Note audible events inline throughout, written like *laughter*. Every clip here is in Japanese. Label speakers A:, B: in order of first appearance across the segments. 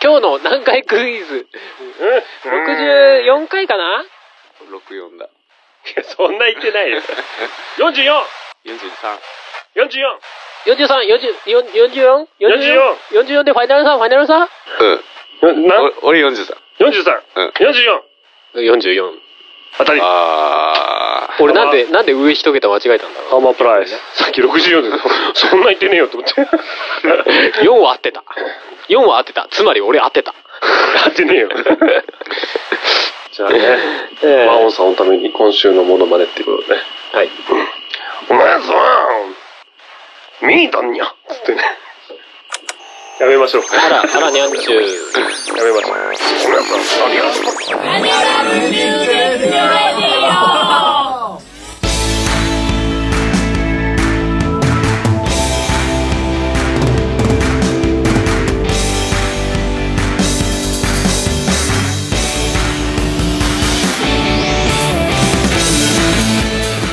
A: 今日の何回クイズ
B: うん。
A: ?64 回かな
C: 64だ。
B: いや、そんな言ってないです。44!44!
C: 43。
A: ?43?44?44 でファイナルさんファイナルさん
C: うん。
B: な、
C: お俺43。
B: 43!44!
C: うん。
A: ?44。
B: 当たり。
C: あー。
A: 俺なんで、なんで上一桁間違えたんだ
B: ハ
A: ろう
B: マプライス。さっき64で、そんな言ってねえよと思って。
A: ?4 は合ってた。4は合ってた。つまり俺合ってた。
B: 合ってねえよ。じゃあね、
A: ええ
B: マオンさんのために今週のモノマネっていうことでね。
A: はい。
B: お前さ、ミーだんにゃつってね。やめましょう。
A: あら、あらにゃんちゅう。
B: やめましょう。ありがとう。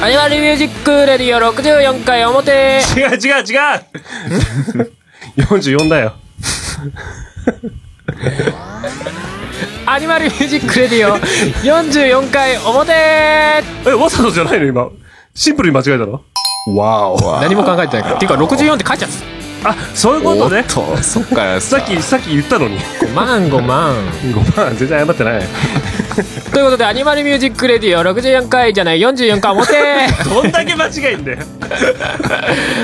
A: アニマルミュージックレディオ64回表。
B: 違う違う違う *laughs* !44 だよ。
A: アニマルミュージックレディオ44回表。
B: え、わざとじゃないの今。シンプルに間違えたの
D: わお。
A: 何も考えてないから。っていうか64って書いちゃった。
B: あ、そういうこ
D: お
B: と
D: っ
B: ね。
E: *laughs*
D: と、そっから
B: さっき、さっき言ったのに。
A: 5万5万。
B: 5万、全然謝ってない。
A: ということで、アニマルミュージックレディオ64回じゃない、44回表
B: どんだけ間違いん *laughs* だよ。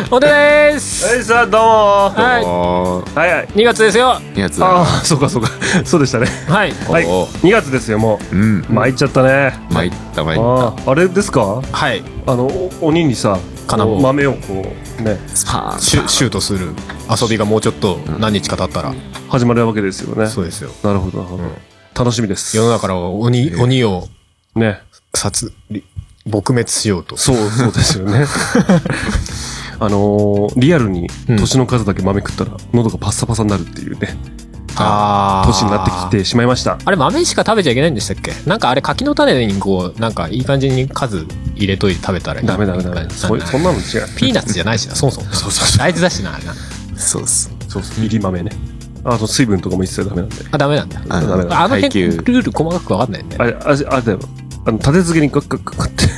A: 表です
B: はい、さあ、どうもー。
A: は
D: おー
B: はいはい。
A: い、2月ですよ
D: いいやつだ。
B: ああ、そうかそうか。そうでしたね。
A: はい。
B: はい。
D: おー
B: 2月ですよ、も
D: うん
B: う。。参っちゃったね。
D: 参った参った。
B: ああ、あれですか
E: はい
B: あの、お鬼にさ、
E: 金棒
B: 豆をこう、ね、
D: スパ
E: シュシュートする遊びがもうちょっと何日か経ったら、
B: 始まるわけですよね。
E: そうですよ
B: なるほど、なるほど。楽しみです。
E: 世の中の鬼,、鬼を
B: ね。
E: 殺り撲滅しようと
B: そう、そうですよ *laughs* ね。あのー、リアルに年の数だけ豆食ったら、喉がパッサパサになるっていうね、
E: あ
B: 年になってきてしまいました。
A: あれ、豆しか食べちゃいけないんでしたっけなんかあれ、柿の種にこう、なんかいい感じに数入れといて食べたらいい。
B: ダメダメダメ。そ
A: そう
B: そんなの違う。
A: ピーナッツじゃな
B: *laughs*
A: いしな、そもそも。そうそう大豆だしな、あれな。
D: そうっす。
B: そうそう、いり豆ね。あと水分とかも一切ダメなんで。
A: あ、ダメなんだ。
B: ダ
D: あ
B: メ
D: の、
B: だ
A: あの
D: 耐
A: 辺、ル
D: 久。
A: ール細かく分かんないよね
B: あ。れ、あれ、あれだよ。あの、立て続けにガッガッガッガッって。
A: っ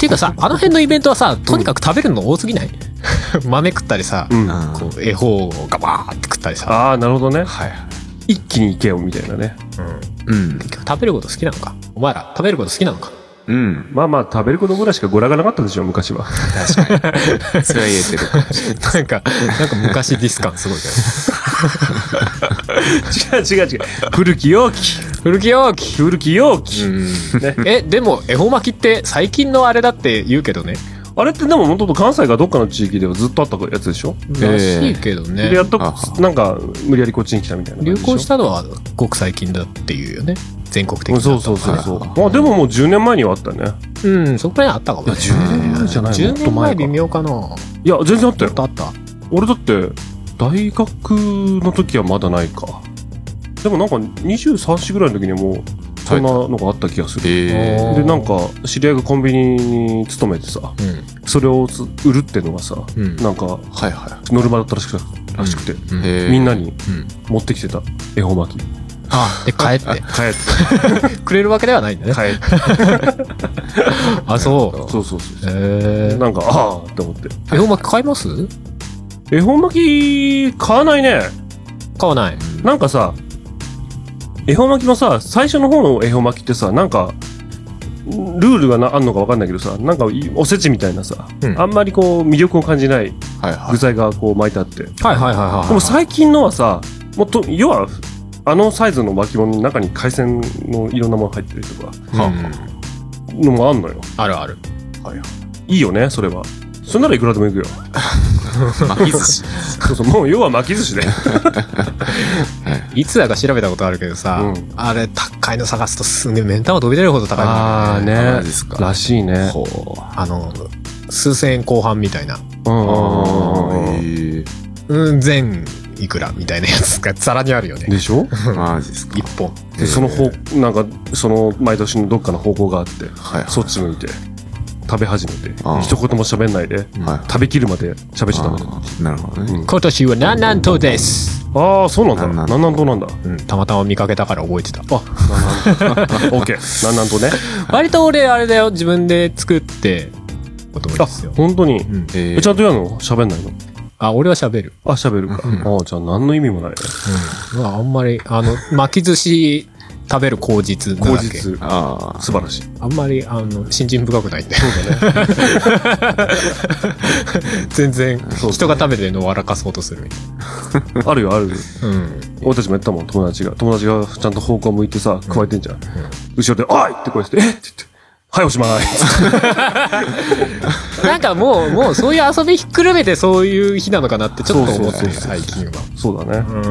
A: ていうかさ、あの辺のイベントはさ、とにかく食べるの多すぎない *laughs*
E: 豆食ったりさ、
B: うん。あ
D: あー
E: こう恵方をガバーって食ったりさ
B: あー、なるほどね。
E: はいはい
B: 一気にいけよ、みたいなね。
D: うん。
A: 食べること好きなのかお前ら、食べること好きなのか *laughs*
E: *laughs*
D: うん。
B: まあまあ、食べることぐらいしか娯楽がなかったでしょ、昔は。
D: それは言えてる。
A: なんか、なんか昔ディス感すごいけど。
B: *laughs* 違う違う違う。古き良き。
A: 古き良き
B: 古き良き。
A: え、でも、恵方巻きって最近のあれだって言うけどね。
B: あれってでも、もともと関西がどっかの地域ではずっとあったやつでしょ
A: らしいけど
B: で、
A: ね
B: や。っと
D: あ、
B: なんか、無理やりこっちに来たみたいな感じ
A: 流
B: でょ。
A: 行したのはごく最近だっていうよね。全国的
B: う
A: に
B: ん。
A: なった
B: そ
A: の
B: う
A: は。
B: そうそうそう。
D: はいはい
B: まあ、でももう10年前にはあったね。
A: うん、そこら辺あったかもね。
B: 10年前じゃない
A: 10
B: もっと
A: 年
B: 前
A: 前
B: か
A: 微妙かな。も
B: いや、全然あった
A: っ
B: よ
A: と。あった。
B: 俺だって、大学の時はまだないか。でもなんか、23歳ぐらいの時にはもう、そんなのがあった気がする。
D: え
A: ー
B: で、なんか、知り合いがコンビニに勤めてさ、それをつ売るってのがさ、
A: うん
B: なんか、
D: ー。はいは
B: ノルマだったらしくてらしくて、
D: い。えー
B: みんなに持ってきてた恵方巻き。
A: あ、で、帰って。
B: 帰って、
A: *laughs* くれるわけではないんだね。
B: 帰って。
A: あ、そ
B: そうそうそう
A: う。へ
B: そう。
A: ー
B: なんか、ああって思って。
A: 恵方巻き買います
B: 恵方巻き買わないね
A: 買わない。
B: なんかさ恵方巻きのさ最初の方の恵方巻きってさなんかルールがなあんのかわかんないけどさなんかいおせちみたいなさ、
A: うん
B: あんまりこう魅力を感じない
D: はいは
B: 具
D: い。
B: 材がこう巻いてあって、
A: はいはいはいはい。
B: でも最近のはさもっと要はあのサイズの巻物の中に海鮮のいろんなもの入ってるとか
E: うん
B: のもあんのよ
E: あるある
B: いいよねそれはそれならいくらでもいくよ
D: 巻き寿司。
B: そうそうもう要は巻き寿司で
E: いつだか調べたことあるけどさ、
B: うん
E: あれ高いの探すとすんげえ目ん玉飛び出るほど高いの
B: ああね
D: マジっすから
B: しいね
D: ほ
E: あの数千円後半みたいな
B: うん
D: う。
B: うんうんうんうん
D: あーえ
E: う
D: ー
E: ん全いくらみたいなやつがざらにあるよね
B: でしょ
D: マジっすか
E: 一。本
B: *laughs* でその方なんかその毎年のどっかの方向があって
D: はいはい。
B: そっち向いて食べ始めて
D: ああ
B: 一言も喋んないで
D: はい。
B: 食べきるまで喋っちゃダメだ
D: あーなるほどね。
A: 今年はなんなんとです。
B: ああ、そうなんだ。
D: なんなん
B: 南南東なんだ。
A: うん、たまたま見かけたから覚えてた。
B: あ、南南東。オッケー。南南東ね。
A: 割と *laughs* 俺、あれだよ、自分で作って、こと多い
B: あ
A: ですよ、。
B: 本当に。
A: うん。
D: え
B: え、ちゃんとやるの喋んないの
A: あ、俺は喋る。
B: あ、喋るか。ああ、じゃあ何の意味もない。
A: うん。まあ、あんまり、あの、巻き寿司食べる口実な
B: 後
A: だけ。
B: 日、素
D: ああ。
B: 晴らしい。
A: あんまり、あの、信心深くないんで。そうだね。 *laughs* 全然、
B: そう
A: 人が食べてるのを笑かそうとするみたい
B: あるよ、あるよ。
A: な。うん。
B: 俺たちもやったもん、友達が。友達がちゃんと方向向いてさ、加えてんじゃん。後ろで、おいって声して、えっって言って、はい、おしまい。
A: なんかもう、もうそういう遊びひっくるめてそういう日なのかなってちょっと思って
B: そうそうそ
A: る、
B: うそう
A: 最近は。
B: そうだね。
A: うん。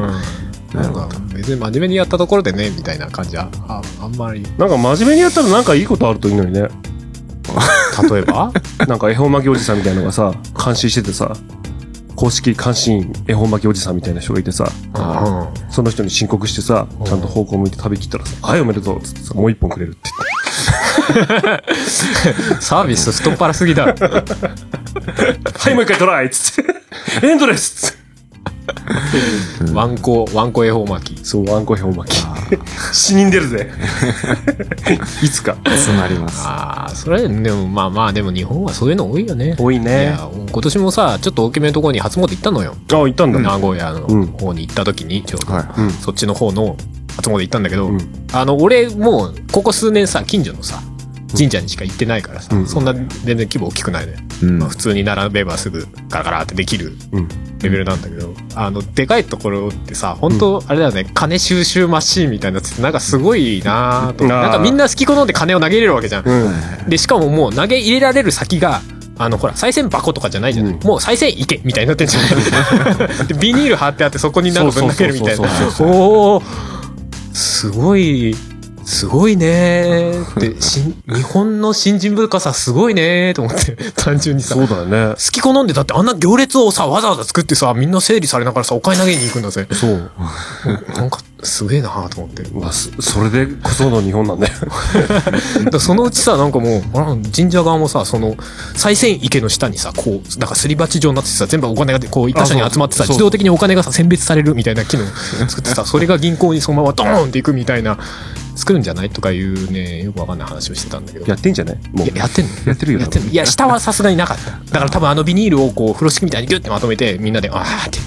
A: なんか、別に真面目にやったところでね、みたいな感じは、ああんまり。
B: なんか真面目にやったらなんかいいことあるといいのにね。
A: 例え *laughs* ば
B: なんか絵本巻きおじさんみたいなのがさ、監視しててさ、公式監視員絵本巻きおじさんみたいな人がいてさ、
A: あ
B: その人に申告してさ、ちゃんと方向向いて食べきったらさ、はい、おめでとうっつってさ、もう一本くれるって言って。
A: あサービス太っ腹すぎだろ。
B: はい、もう一回トライっつって。エンドレスっつって。
A: ワンコ、ワンコ恵方巻き。
B: そう、ワンコ絵本巻き。 *laughs* 死人出るぜ。 *laughs* いつか。
D: そうなります。
A: ああ、それ、でもまあまあ、でも日本はそういうの多いよね。
B: 多い
A: い
B: ね。あ、
A: や、今年もさ、ちょっと大きめのところに初詣行ったのよ。
B: 行ったんだ。
A: 名古屋の
B: うん
A: 方に行った時に、ちょうど、
D: は
B: うん。
A: そっちの方の初詣行ったんだけど、
B: うん
A: あの、俺、もう、ここ数年さ、近所のさ、神社にしか行ってないからさ、
B: うん
A: そんな全然規模大きくないね。
D: い。うん
A: まあ、。普通に並べばすぐガラガラってできる
B: うん
A: レベルなんだけど、あの、でかいところってさ、本当あれだよね、金収集マシーンみたいなやつってなんかすごいなぁと。
B: うん
A: なんかみんな好き好んで金を投げ入れるわけじゃん。
B: うん。
A: で、しかももう投げ入れられる先が、あの、ほら、再銭箱とかじゃないじゃない、
B: うん
A: もう再銭池みたいになってんじゃ
B: *laughs*
A: ないでビニール貼ってあってそこになんかぶん投げるみたいな
B: そうそうそう。
A: おおすごい、すごいねー
B: *laughs*
A: って、しん日本の新人文化さすごいねーと思って、 *laughs* 単純にさ。
B: そうだね
A: 好。き好んでだってあんな行列をさ、わざわざ作ってさ、みんな整理されながらさ、お金投げに行くんだぜ。
B: そう。
A: なんか、すげえなーと思って。
B: まあ、そそれでこその日本なんだよ。
A: だからそのうちさなんかもうあら神社側もさその再銭池の下にさこうなんかすり鉢状になっててさ全部お金がこう一箇所
B: あそ
A: に
B: う
A: 集まってさ
B: そう
A: 自動的にお金がさ選別されるみたいな機能
B: *laughs*
A: 作ってさそれが銀行にそのままドーンっていくみたいな作るんじゃないとかいうねよくわかんない話をしてたんだけど
B: やってんじゃないもう
A: いや。やってんの
B: やってるよ
A: やってんのいや下はさすがになかっただから多分あのビニールをこう風呂敷みたいにギュッてまとめてみんなであーって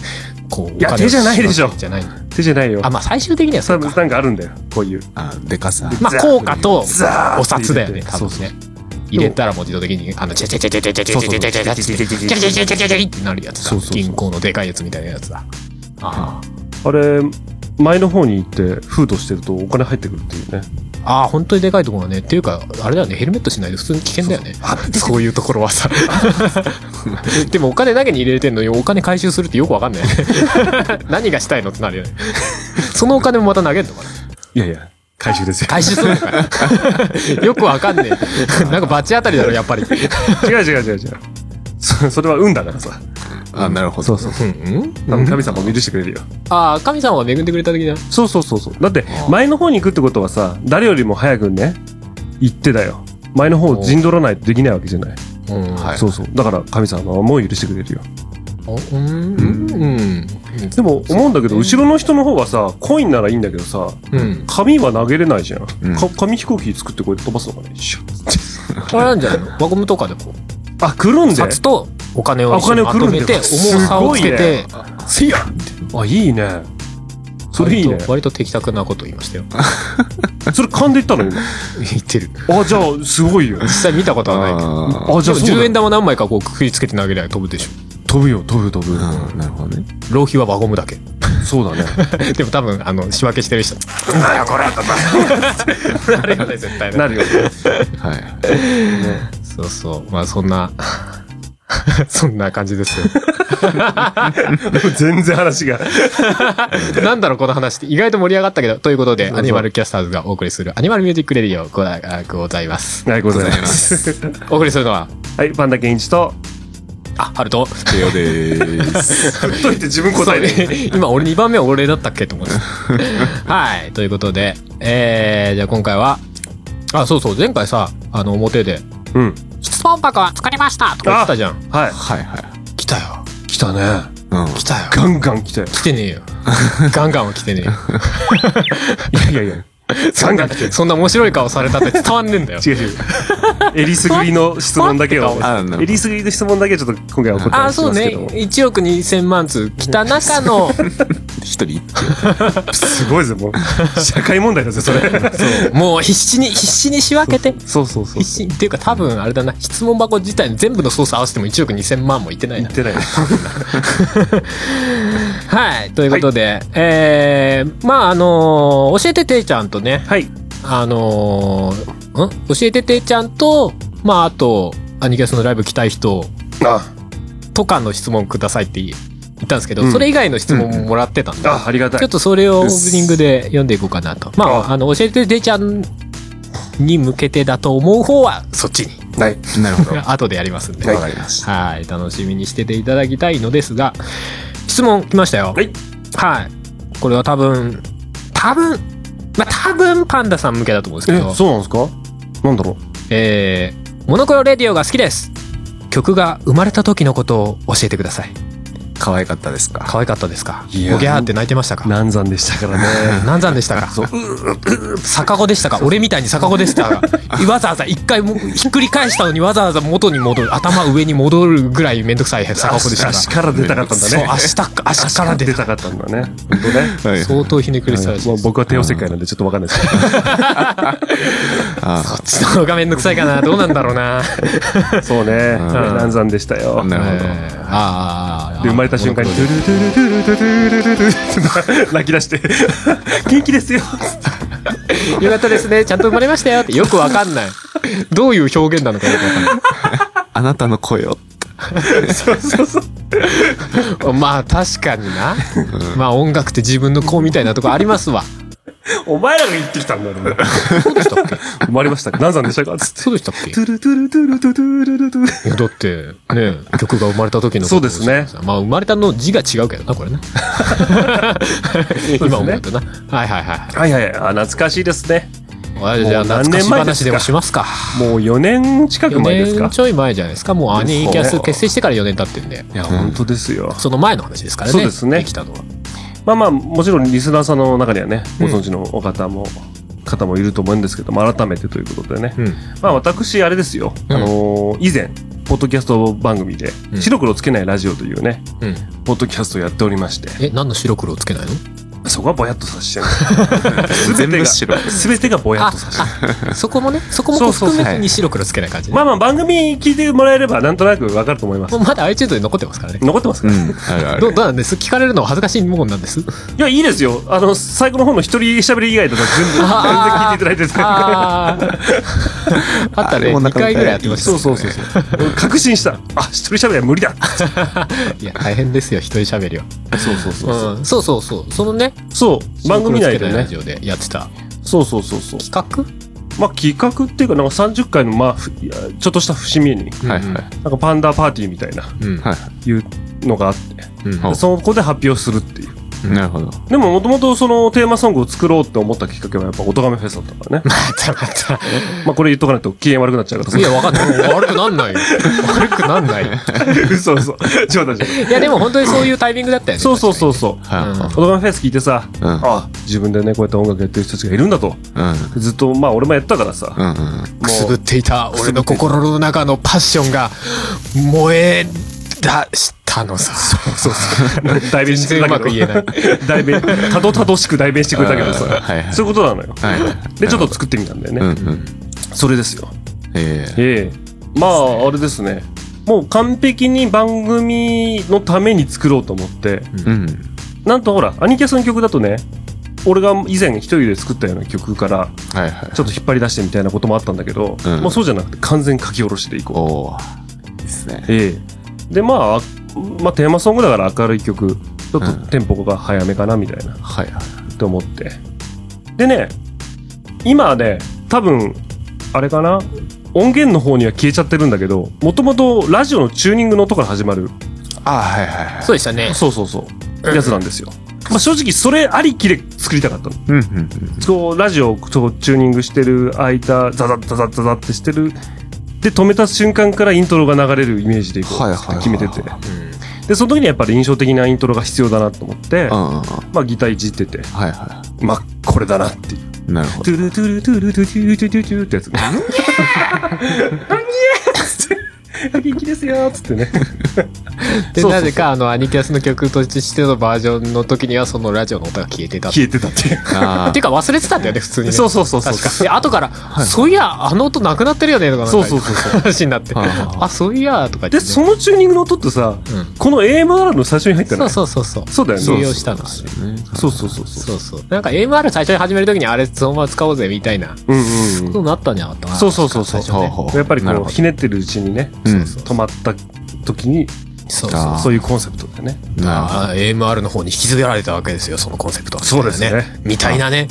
A: こうお金を
B: いや手じゃないでしょ
A: じゃない
B: 手じゃないよ。
A: あまあ最終的にはそ
B: さ
A: うか
B: なんかあるんだよ。こういう。
D: あ、でかさ。
A: まあ、効果とお
B: ザーッ
A: 札だよね、
B: そ
A: 多
B: う
A: 分
B: そう
A: ね。入れたらもう自動的に、あの、チェチェチェチェチェチェチェチェチェチェチェチェチェチェチェチェチェチェチェってなるやつだ
B: そうそうそう
A: 銀行のでかいやつみたいなやつだ。あ
B: あれ、前の方に行って、フードしてるとお金入ってくるっていうね。
A: あああ、本当にでかいところはね。っていうか、あれだよね、ヘルメットしないと普通に危険だよね。そういうところはさ。でもお金だけに入れてんのにお金回収するってよくわかんないよね。何がしたいのってなるよね。そのお金もまた投げるのかない
B: やいや、回収ですよ。
A: 回収するのかなよくわかんねえ。なんか罰当たりだろ、やっぱり。
B: 違う違う違う違う。そそれは運だからさ。
D: あ、なるほど。
B: そう。
A: うん
B: 多分神様も許してくれるよ。
A: ああ、神様は恵んでくれた的な。
B: そうそうそうそう。だって、前の方に行くってことはさ、誰よりも早くね、行ってだよ。前の方を陣取らないとできないわけじゃない。
A: うん
D: はい
B: そうそう。だから神様はもう許してくれるよ。
A: おうんうん
B: でも思うんだけど、後ろの人の方はさ、コインならいいんだけどさ、
A: うん
B: 紙は投げれないじゃん。
D: うん
B: か紙飛行機作ってこうやって飛ばすのかね。シュッ
A: あれなんじゃないの輪ゴムとかでも
B: あ、くるんで。
A: 札とお金を一緒に
B: あお
A: ま
B: 金をく
A: と
B: る
A: め
B: んで
A: て重さをつけて
B: せやあ、いいね。それいいね
A: 割。と割と的確なこと言いましたよ
B: それ勘で言ったの今。
A: 言ってる
B: あ、じゃあ、すごいよ。
A: 実際見たことはないけど
D: あ
B: あ、じ
A: で
B: ゃあそ
A: も
B: うだよ、
A: 10円玉何枚かこうくくりつけて投げりゃ飛ぶでしょ
B: 飛ぶよ、飛ぶ飛ぶ。
D: あ。うんなるほどね。
A: 浪費は輪ゴムだけ
B: そうだね。
A: でも多分あの仕分けしてる人なんだよこ *laughs* れとかなるよね絶対ね
B: なるよ。
D: はい。
A: そうそうまあそんな *laughs* そんな感じですよ
B: 全然話が。
A: *laughs* なんだろう、この話って。意外と盛り上がったけど。ということで、
B: うそう
A: アニマルキャスターズがお送りする、アニマルミュージックレディオごあございます。
B: はい、ござい
D: ござい
B: ま。
D: ます
A: お送りするのは、
B: はい、パンダケンイチと。
A: あ、ハルト。
D: てよでーす。
B: 振っといて自分答えで。
A: 今、俺2番目は俺だったっけと思 *laughs* ってた。はい。ということで、えー、じゃあ今回は、あ、そうそう、前回さ、あの、表で、
B: うん。
A: 質問箱は作りましたとか言ってたじゃん。
B: はい。
D: はいはい。
A: 来たよ。
B: 来たね。
D: うん。
A: 来たよ。
B: ガンガン来て。
A: 来てねえよ。ガンガンは来てねえよ。 *laughs*
B: いやいやいや。ガンガン来て。
A: そんな面白い顔されたって伝わんねえんだよ。
B: 違う違う。えりすぐりの質問だけ *laughs* を。
D: あなるほど
B: えりすぐりの質問だけちょっと今回はお答
A: あ
B: え
A: あ、
B: し
A: そ
B: ま
A: う
B: すけ
A: ね
B: ど。。
A: 1億2000万通来た中の、
D: 一人
B: すごいぜ、もう。社会問題だぜ、それ。
A: もう必死に、必死に仕分けて。
B: *laughs* そうそうそう
A: 必。死にっていうか多分あれだな、質問箱自体に全部の操作合わせても1億2000万もいってない
B: 言 *laughs*
A: な
B: っ。てない。
A: はい、ということで、えー、まああのー教えててーちゃんとね、
B: はい。
A: あのーん教えててーちゃんと、まああと、アニキャスのライブ来たい人
B: あ、
A: とかの質問くださいって言ったんですけど、
B: うん
A: それ以外の質問ももらってたんで、
B: あ、ありがた
A: ちょっ
B: い。
A: とそれをオープニングで読んでいこうかなと。まあ、あの、教えててーちゃんに向けてだと思う方は、そっちに。
B: ない。
D: なるほど。わ
A: 後でやりますんで。
D: かりました。
A: はい、楽しみにしてていただきたいのですが、質問来ましたよ。
B: はい。
A: はい。これは多分、多分、まあ、多分パンダさん向けだと思うんですけど、
B: そうなんですかなんだろう。
A: えー、モノクロレディオが好きです。曲が生まれた時のことを教えてください。
D: 可愛かったですか
A: 可愛かったですかお
B: いや
A: ぎゃーって泣いてましたか
B: 難産でしたからね。
A: 難産でしたかううう逆子でしたか俺みたいに逆子でしたかわざわざ一回もひっくり返したのにわざわざ元に戻る、頭上に戻るぐらいめんどくさい逆子でしたか
B: 足から出たかったんだ
A: そう、
B: ね。
A: 明日か、明日から出
B: 出
A: た。
B: たかったんだね。本当ね。
D: はい。
A: 相当ひねくれてたらしい
B: ま
A: で
B: あ
A: す。
B: 僕は帝王世界なんでちょっとわかんないですけ
D: あ
A: こっちの方がめんどくさいかな。どうなんだろうな。
B: ど。そうね。
D: うん
B: 難産でしたよ
D: あ。。なるほど。
A: えーあーあー。あー
B: で、生まれた瞬間に、トゥルトゥルトゥルトゥルトゥルトゥルって泣き出して、元気ですよ。
A: よかったですね。ちゃんと生まれましたよ。ってよくわかんない。どういう表現なのかよくわかんない
D: あなたの声を。
B: そうそうそう。。
A: まあ確かにな。まあ音楽って自分の子みたいなとこありますわ。
B: お前らが言ってきたんだろ。
A: そうでしたっけ
B: 生まれましたか難産でしたかつって。
A: そうでしたっけ
B: トゥルトゥルトゥルトゥルトゥルトゥル。
A: いやだって、ね、曲が生まれた時のこと
B: そうですね。
A: まあ生まれたの字が違うけどな、これね。今思うとな。はいはいはい。
B: はいはいはい。あ、懐かしいですね。
A: はいじゃあ懐かしい話でもしますか。
B: もう4年近く
A: 4
B: 前ですか
A: 年。ちょい前じゃないですか。もうアニーキャス結成してから4年経ってんで。
B: いや、本当ですよ。
A: その前の話ですからね。
B: そうですね
A: きたのは。
B: まあまあ、もちろんリスナーさんの中にはね、ご存知のお方も、方もいると思うんですけども、改めてということでね。
A: うん。
B: まあ私、あれですよ。
A: うん
B: あのー以前、ポッドキャスト番組で、
A: うん
B: 白黒つけないラジオというね、
A: うん。
B: ポッドキャストをやっておりまして、
A: え、何の白黒をつけないの
B: そこはぼやっとさせちゃう。 *laughs*
D: 全
B: て
D: 部
B: が
D: 白い。
B: すべてがぼやっとさせちゃう。
A: そこもね、そこもこう
B: そうそう
A: 含
B: そう
A: めに白黒つけない感じね。
B: まあまあ、番組聞いてもらえれば、なんとなくわかると思います
A: も。うまだ iTunes で残ってますからね。
B: 残ってますか
D: う
B: ら、い
D: ん。あるあ
A: どう
D: る。
A: どうなんです聞かれるのは恥ずかしいもんなんです。
B: や、いいですよ。あの、最後の方の一人喋り以外だと全部、 *laughs* 全然聞いていただいてる
A: ああ。 *laughs* あったね。
D: あれもな
A: 2
D: かなか
A: 回ぐらいやってました
B: そう
A: ね。
B: そうそうそう。確信した。あ、一人喋りは無理だ。
A: いや、 *laughs* 大変ですよ、一人喋りは。
B: *laughs* そうそうそうそう。
A: うん。そうそうそう。そのね、
B: そう、番組内で
A: 白黒つけないラ
B: ね。
A: ジオでやってた
B: そうそうそうそう。
A: 企
B: まあ企画っていうか、なんか30回の、まあ、ふいやちょっとした節目に、
A: 画
D: はいはい。
B: なんかパンダパーティーみたいな、
A: うん。
D: はい
B: いうのがあって、
A: うん
D: ほう
B: そこで発表するっていう。
D: なるほど。
B: でももともとそのテーマソングを作ろうって思ったきっかけはやっぱ音亀フェスだったから
A: *laughs*
B: ね。
A: またまた。
B: まあこれ言っとかないと機嫌悪くなっちゃうから。
A: *laughs* いや、わかんない。悪くなんないよ。悪くなん *laughs* ない。い
B: 嘘嘘。冗談じゃない
A: や、でも本当にそういうタイミングだったよね。
B: そうそうそうそう。
D: は
B: 音亀フェス聞いてさ、
D: うん
B: ああ自分でね、こうやって音楽やってる人たちがいるんだと。
D: い。うん。
B: ずっと、まあ俺もやったからさ。
D: うんうん。
A: くすぶ
B: も
A: っていた俺の心の中のパッションが燃え出したのさ。そうそう *laughs*
B: う、 *laughs* 代弁してくれたけど。
A: 全然う *laughs* ま
B: *laughs*
A: く
B: 代弁、たどたどしく代弁してくれたけどさ。
D: あーはいはい
B: そういうことなのよ。
D: はいはい。
B: で、ちょっと作ってみたんだよね。
D: うんうん。
B: それですよ。
D: ええ。
B: ええ。まあ、あれですね。もう完璧に番組のために作ろうと思って、
D: うん。
B: なんとほら、アニキャスの曲だとね、俺が以前一人で作ったような曲から、
D: はいはい。
B: ちょっと引っ張り出してみたいなこともあったんだけど、
D: うん
B: まあそうじゃなくて完全書き下ろしでいこう。
D: おお。ですね。
B: ええ。で、まあ、あまあテーマソングだから明るい曲、ちょっと
D: うん
B: テンポが早めかなみたいな、
D: はいはい。
B: と思って。でね、今ね、多分、あれかな音源の方には消えちゃってるんだけど、もともとラジオのチューニングの音から始まる、
D: ああ、はいはいはい。
A: そうでしたね。
B: そうそうそう、やつなんですよ。まあ正直それありきで作りたかったの。
D: うんうんうん。
B: こう、ラジオをこうチューニングしてる、開いた、ザザッザザッザザってしてる。で、止めた瞬間からイントロが流れるイメージでいこう
D: はい
B: っ
D: はい
B: て
D: はい
B: 決めてて。でその時にやっぱり印象的なイントロが必要だなと思って、
D: うんうんうん。
B: まあギターいじってて
D: はいは
B: まあこれだなっていう
D: い。なるほ
B: ト
D: *laughs* ど。
B: ゥルトゥルトゥルトゥルトゥルトゥルトゥルってやつね。なんにゃー元気ですよーっつってね。
A: で、
B: そうそうそう
A: なぜか、あの、アニキャスの曲としてのバージョンの時には、そのラジオの音が消えてたっ
B: 消
A: て
B: えてたっていう。
D: あ
A: ていうか、忘れてたんだよね、普通に、ね。
B: そうそうそうそう。
A: 確か。で、後から、そういや、あの音なくなってるよね、とかなんか
B: そうそうそうそう。
A: 話になって。
D: はいはいはい
A: あ、そういや、とか言って、
B: で、
A: ね。
B: そのチューニングの音ってさ
A: うん、
B: この AMR の最初に入った
A: そ
B: の
A: うそうそうそう。
B: そうだよね。
A: 利用したの。
D: あ。ね
B: そうそうそうそう。
A: そうそう。なんか AMR 最初に始めるときにあれそのまま使おうぜみたいな、
B: うんう
A: こ
B: んう
A: とになったんじゃなかったかな。
B: そうそうそうそう
A: 確か最初ね
D: ほうほ
B: ん。やっぱり
D: なる
B: こ
D: ほ
B: う、
D: ど
B: ひねってるうちにね、
D: うん
B: 止まった時に、
A: そうそう
D: あー
B: そういうコンセプトでね。
D: なるほど
A: あー AMR の方に引きずられたわけですよ、そのコンセプトは。
B: そうですね。
A: みたいなね。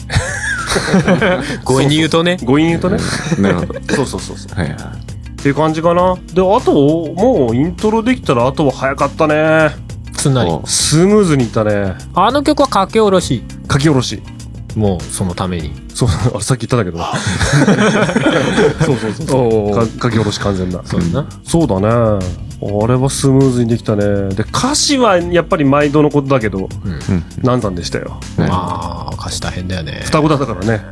A: 強引に言うとね。
B: 誤飲言うとね。
D: なるほど。
B: そうそうそうそう。
D: はいはい。
B: っていう感じかな。で、あと、もうイントロできたら、あとは早かったね。
A: すんなり。
D: お
B: スムーズにいったね。
A: あの曲は書き下ろし。
B: 書き下ろし。
A: もう、そのために。
B: そう、 *laughs* あれさっき言ったんだけど。そうそうそう
A: お
B: か書き下ろし完全だ。
A: そうだな。
B: そうだね。あれはスムーズにできたね。で、歌詞はやっぱり毎度のことだけど、
D: うん。
B: 難産でしたよ。
D: なるほど
A: まあ、歌詞大変だよね。
B: 双子だったからね。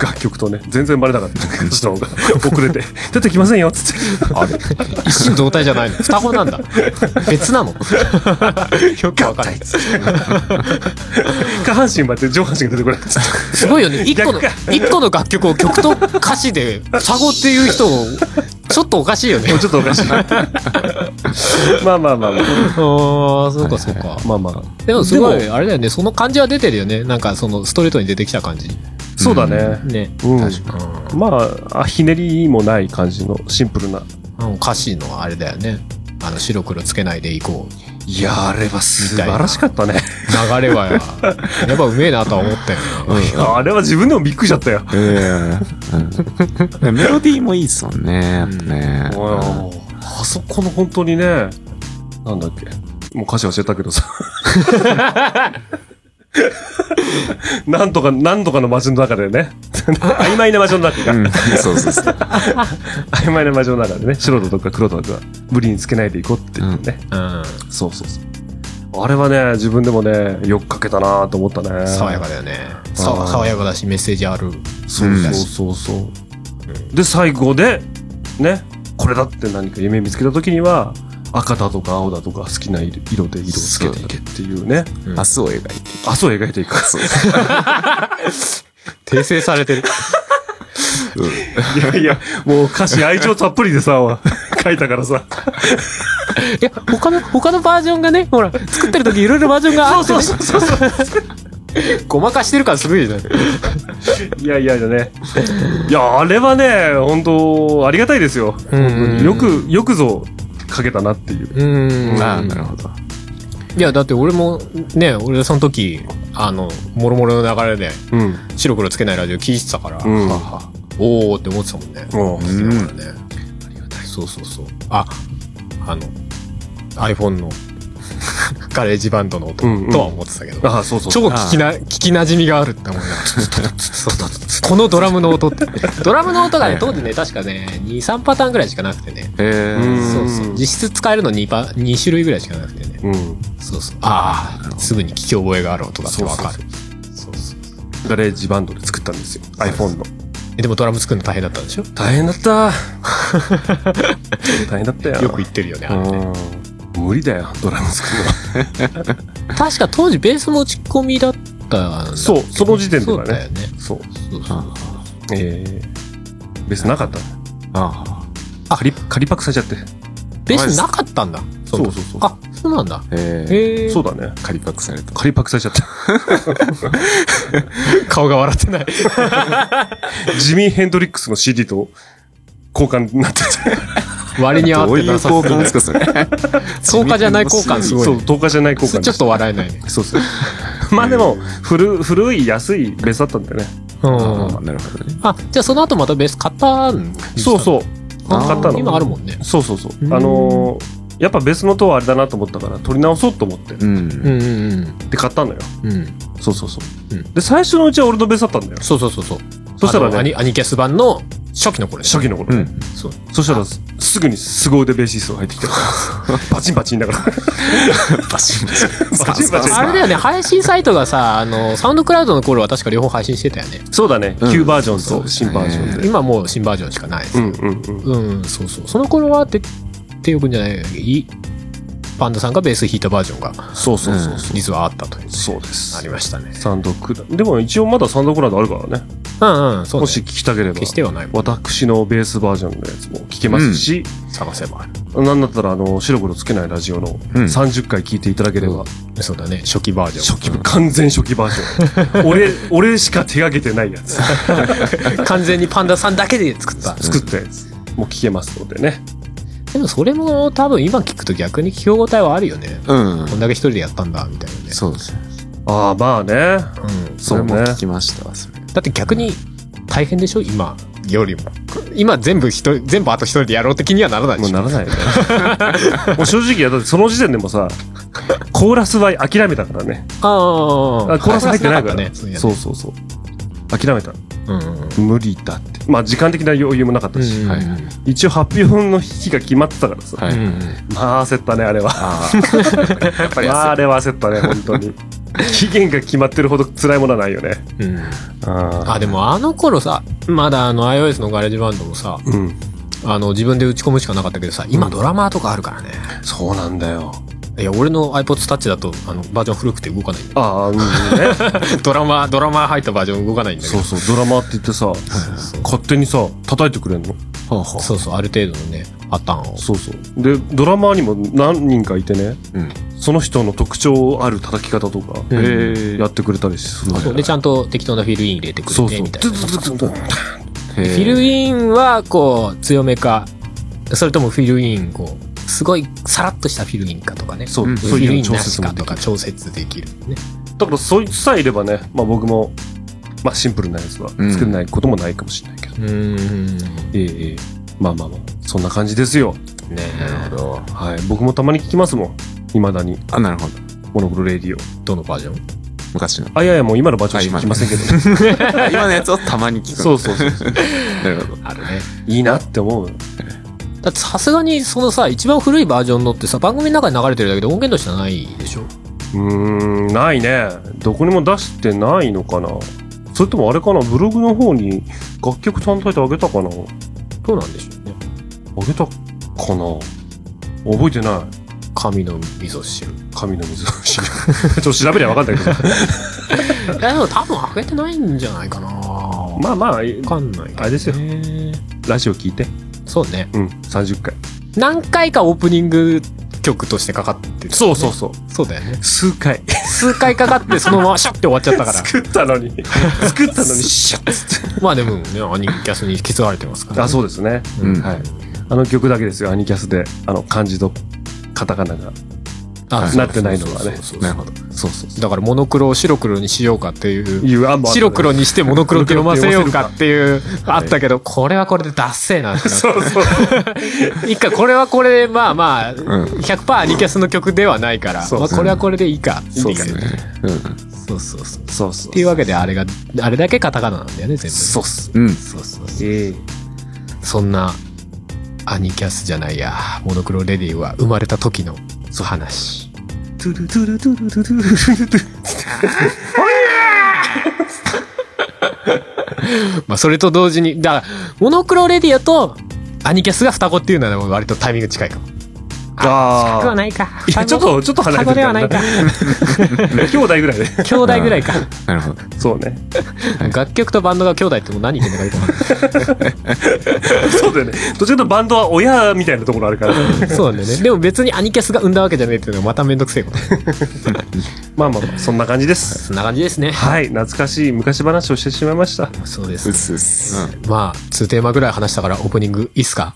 B: 楽曲とね、全然バレなかった。歌詞の方が遅れて。出てきませんよ、つって。あれ
A: 一心同体じゃないの。 *laughs* 双子なんだ。別なの。よくわかんない。
B: 下半身まで上半身が出てこない。つって
A: すごいよね。一個の、
B: 逆
A: 一個の楽曲を曲と歌詞で、双子っていう人を、ちょっとおかしいよね
B: もう。ちょっとおかしい。まあまあまあまあ。
A: ああ、そうかそうか。
B: まあまあ。
A: でもすご
B: で
A: い、あれだよね。その感じは出てるよね。なんか、そのストレートに出てきた感じ。
B: そうだね。
A: ね。
B: うん。
A: う
B: まあ、あひねりもない感じのシンプルな。
A: ん。歌詞のあれだよね。あの、白黒つけないでいこう。
B: いや、あれは素
A: 晴らし
B: かったね。
A: 流れはや、やっぱうめえなとは思ったよね。
B: あれは自分でもびっくりしちゃったよ。
D: ええうんメロディーもいいっすもんね。やっぱね。
B: あそこの本当にね、なんだっけ。もう歌詞忘れたけ *laughs* どさ。なんとか、なんとかの街の中でね。 *laughs* 曖昧な街の中が。
D: うん。そうそうそう。
B: 曖昧な魔女の中でね、白とどっか黒とか無理につけないでいこうっていうね、
A: うん。
B: そうそうそう。あれはね、自分でもね、よくかけたなと思ったね。
A: 爽やかだよね。
B: あ
A: さ
B: ー
A: 爽やかだし、メッセージある。
B: そうそうそうそう。で、最後で、ね、これだって何か夢見つけた時には、赤だとか青だとか好きな色色で色をつけていけっていうね。
D: 明日を描いて。
B: あ、そう描いていく。そう
A: 訂正されてる。 *laughs*
B: いやいや、もう歌詞愛情たっぷりでさ、書いたからさ。
A: いや、他の、他のバージョンがね、ほら、作ってる時いろいろバージョンがあって、ね。そうそうそうそう。ごまかしてるからすごいじゃん。
B: いやいやだね。いや、あれはね、本当ありがたいですよ。
A: うん
B: よく、よくぞ、かけたなっていう。
A: うん。
D: ああ、なるほど。
A: いや、だって俺も、ね、俺その時、あの、もろもろの流れで、
B: うん。
A: 白黒つけないラジオ聞いてたから、
B: うん。
A: おおって思ってたもんね。
B: もう
A: だからね。ありがたい。そうそうそう。あ、あの、iPhone の *laughs* ガレージバンドの音
B: うんうん
A: とは思ってたけど、
B: ああ、そうそう。
A: 超聞きな、聞き馴染みがあるって思うな。このドラムの音って。ドラムの音がね、当時ね、確かね、2、3パターンぐらいしかなくてね。
D: え
B: う
D: え。
B: ん
A: そうそう。実質使えるの2パ、2種類ぐらいしかなくてね。
B: うん。
A: そうそう。ああ、すぐに聞き覚えがある音だってわかる。そうそう
B: ガレージバンドで作ったんですよ。iPhone の。
A: えでもドラム作るの大変だったんでしょ
B: 大変だった。大変だったよ。
A: よく言ってるよね、あれね
B: うん。無理だよ、ドラム作るのは。
A: 確か当時ベースも打ち込みだったんだ
B: そう、その時点で
A: そ
B: は
A: うだよ
B: ね。
A: ね。
B: そう。
A: そうそう
D: あ
B: ええ。別になかった。
D: あ。
B: 仮、仮パクされちゃって。
A: ベースなかったんだ。
B: そうそうそう。
A: あ、そうなんだ。
D: ええ。
A: へえ。
B: そうだね。
D: 仮パクされた。
B: 仮パクされちゃった。
A: *laughs* 顔が笑ってない。
B: ジミー・ヘンドリックスの CD と交換になってて。
A: 割に合っ
D: どう
A: て
D: いう
A: なさ
D: 交換ですか、それ。
A: そうかじゃない交換すご
B: *laughs*
A: い
B: そう、
A: ね。
B: 10日じゃない交換
A: ちょっと笑えないね。
B: そうそう。 *laughs* まあでも、古、古い安いベースだったんだよね。
A: うん。
D: ああなるほどね。
A: あ、じゃあその後またベース買ったん
B: そうそう。
A: あー
B: 買ったの。
A: 今あるもんね。
B: そうそうそう
A: う。ん
B: あのー、やっぱベースの音はあれだなと思ったから、取り直そうと思って。
D: う。
A: うんんうん
B: で、買ったのよ。
A: うん。うん。
B: そうそうそうう。で、最初のうちは俺のベースだったんだよ。
A: そうそうそうそう。
B: そしたら
A: あのア
B: ね、
A: ニアニキャス版の初期の頃ね
B: 初期の頃、
D: うん。
A: そう
B: そしたらすすぐに凄腕ベーシストが入ってきたバチンバチン
A: *laughs*
B: だから
D: バシンバシン。
B: *laughs* バチンバチン
A: あれだよね配信サイトがさあのサウンドクラウドの頃は確か両方配信してたよね
B: そうだね、
D: うん
B: 旧バージョン
D: そう
B: と
D: ですね
B: 新バージョンで、
A: 今もう新バージョンしかない
B: うんうんうん
A: うん、そうそう。その頃は、て、てよくんじゃない、い、パンダさんがベース弾いたバージョンが、
B: そうそうそう、
D: うん
A: 実はあったという。
B: そうです
A: ありましたね。
B: サンドクラでも一応まだサンドクラウドあるからね
A: うんうん、そう、ね。
B: もし聞きたければ
A: 消してはないもん
B: 私のベースバージョンのやつも聞けますし、
A: 探せば。
B: なんだったらあの白黒つけないラジオの
D: うん
B: 30回聞いていただければ、
A: そうだね、初期バージョ
B: 初期完全初期バージョン俺俺しか手がけてないやつ
A: ン。完全にパンダさんだけで作った。
B: 作ったやつも聞けますのでね
A: でもそれも多分今聞くと逆に聞き応えはあるよね。
D: うん
A: こ。んだけ一人でやったんだ、みたいなね。
D: そうですね。
B: ああまあね
A: うん。
D: そ
B: そうう
D: も
B: ね
D: 聞きましたわ、それ。
A: だって逆に大変でしょ今。
E: よりも。
A: 今全部一人、全部あと一人でやろうって気にはならないで
B: もう
A: しょ
B: ならないよねもう正直だってその時点でもさコーラスは諦めたからね
A: あ
B: あコーラス入ってないから
A: ね。
B: そう
A: いやね
B: そうそう諦めた
A: うんうんうん。
B: 無理だってまあ時間的な余裕もなかったし、
A: うん
D: はい。
B: 一応発表の日が決まってたからさ、
D: はい。
B: まあ焦ったねあれは
D: あ
B: *laughs*
D: あ。やっぱり
B: まあ
D: 焦
B: あ
D: る。
B: れは焦ったね本当に期限が決まってるほど辛いものはないよね
A: うん。
B: あ
A: あ、でもあの頃さ、まだあの iOS のガレージバンドもさ、
B: うん
A: あの自分で打ち込むしかなかったけどさ、今ドラマーとかあるからね。
B: そうなんだよ
A: いや、俺の iPods Touch だと、あの、バージョン古くて動かないんだよ。
B: ああうんね
A: *laughs* ドラマー、ドラマー入ったバージョン動かないんだ
B: *laughs*
A: け
B: そ
A: ど。
B: うそうドラマーって言ってさ勝手にさ叩いてくれんの
D: ほうほう
A: そうそう、ある程度のね、パターンを。
B: そうそうでドラマーにも何人かいてね
D: うん。
B: その人の特徴ある叩き方とか
A: うん
D: へ
B: やってくれたりするの
A: そうで、ちゃんと適当なフィルイン入れてくれ
B: そう
A: て、
B: そう
A: みたいな。
B: ズズズズズン
D: え。
A: フィル
D: イ
A: インは、こう、強めか、それともフィルイン、こう、すごいさらっとしたフィルインかとかね。
B: そううん
A: フ
B: そう
A: ィル
B: い
A: イ
B: う
A: ン
B: 調
A: なし
B: 節も
A: か
B: で
A: と
B: き
A: か
B: る
A: 調節できるね。
B: だからそいつさえいればねまあ僕もまあシンプルなやつは作れないこともないかもしれないけど
A: うー
B: ええ
A: ん。
B: ええまあまあまあそんな感じですよ
A: ね
D: なるほど。
B: はい僕もたまに聞きますもんいまだに
D: あ、なるほど。
B: モノクロレディオ
A: どのバージョン
B: *laughs*
D: 昔の。
B: あいやいやもう今のバージョンしか聞きませ *laughs* んけど、
D: あ今のやつをたまに聞く。
B: そうそうそうそう
D: う。なるほど。
A: あるね。
B: いいなって思う
A: だってさすがにそのさ、一番古いバージョンのってさ、番組の中に流れてるだけで音源としてはないでしょ
B: うーんないねどこにも出してないのかなそれともあれかなブログの方に楽曲単体であげたかなあ
A: どうなんでしょうね。
B: げたかな覚えてない
A: 神の味噌汁。
B: 神の水の知り *laughs* ちょっと調べりゃ分かんない *laughs* けど
A: いや、でも多分上げてないんじゃないかなわ
B: まあまあ
A: かんないけど。
B: あれですよラジオ聞いて
A: そうね。
B: うん30回
A: 何回かオープニング曲としてかかってる。
B: そうそうそう
A: そうだよね。
B: 数回
A: *laughs* 数回かかってそのままシャッて終わっちゃったから。
B: 作った *laughs* のに作ったのにシャッつっ
A: *laughs* まあでもね、アニキャスに引き継がれてますか
B: て
A: ら、
B: あそうですね
D: うんん。
B: はい。あの曲だけですよ、アニキャスで。あの、漢字とカタカナが。
A: あ
B: なってないのがね
A: そうそうそうそう
D: なるほど。
B: そうそうそ
A: だからモノクロを白黒にしようかっていう
B: う。。いう案もあったね
A: 白。黒にしてモノクロって読ませようかっていう、あったけど、これはこれでダッセーなってなっ
B: そうそう。
A: て。一回、これはこれで、まあまあ、
D: うん。
A: 100%アニキャスの曲ではないから、
B: そう
A: まあこれはこれでいいか。
B: そう
A: いいか
B: ですね。
D: う
A: そうそうそう。っ
B: そうそう。
A: ていうわけで、あれが、あれだけカタカナなんだよね、全部。
B: そうっす。
D: ん。うん。
A: そうそうそう。
B: ええ
A: そんな、アニキャスじゃないや、モノクロレディは生まれた時の話。
B: トゥルトゥルトゥルトゥルトゥルトゥルトゥル
A: まあ、それと同時に、だから、モノクロレディアと、アニキャスが双子っていうのは割とタイミング近いかも。
B: あ
A: は
B: ー
A: ないか。
B: いや、ちょっと、ちょっと離れて
A: 双子ではないか。
B: 兄弟ぐらいで。
A: 兄弟ぐらいか。
D: なるほど。
B: そうね。
A: 楽曲とバンドが兄弟ってもう何言ってんだかよくわ
B: そうだよね。どちらかというとバンドは親みたいなところあ *laughs* るから。
A: か *laughs* んない。そうなんだよね。でも別にアニキャスが生んだわけじゃねえっていうのがまためんどくせえこと。
B: まあまあまあ、そんな感じです。
A: *laughs* そんな感じですね。
B: はい。懐かしい昔話をしてしまいました。
A: そうで
D: うっ
A: す。
D: すうっす。うん
A: まあ、2テーマぐらい話したからオープニングいいっすか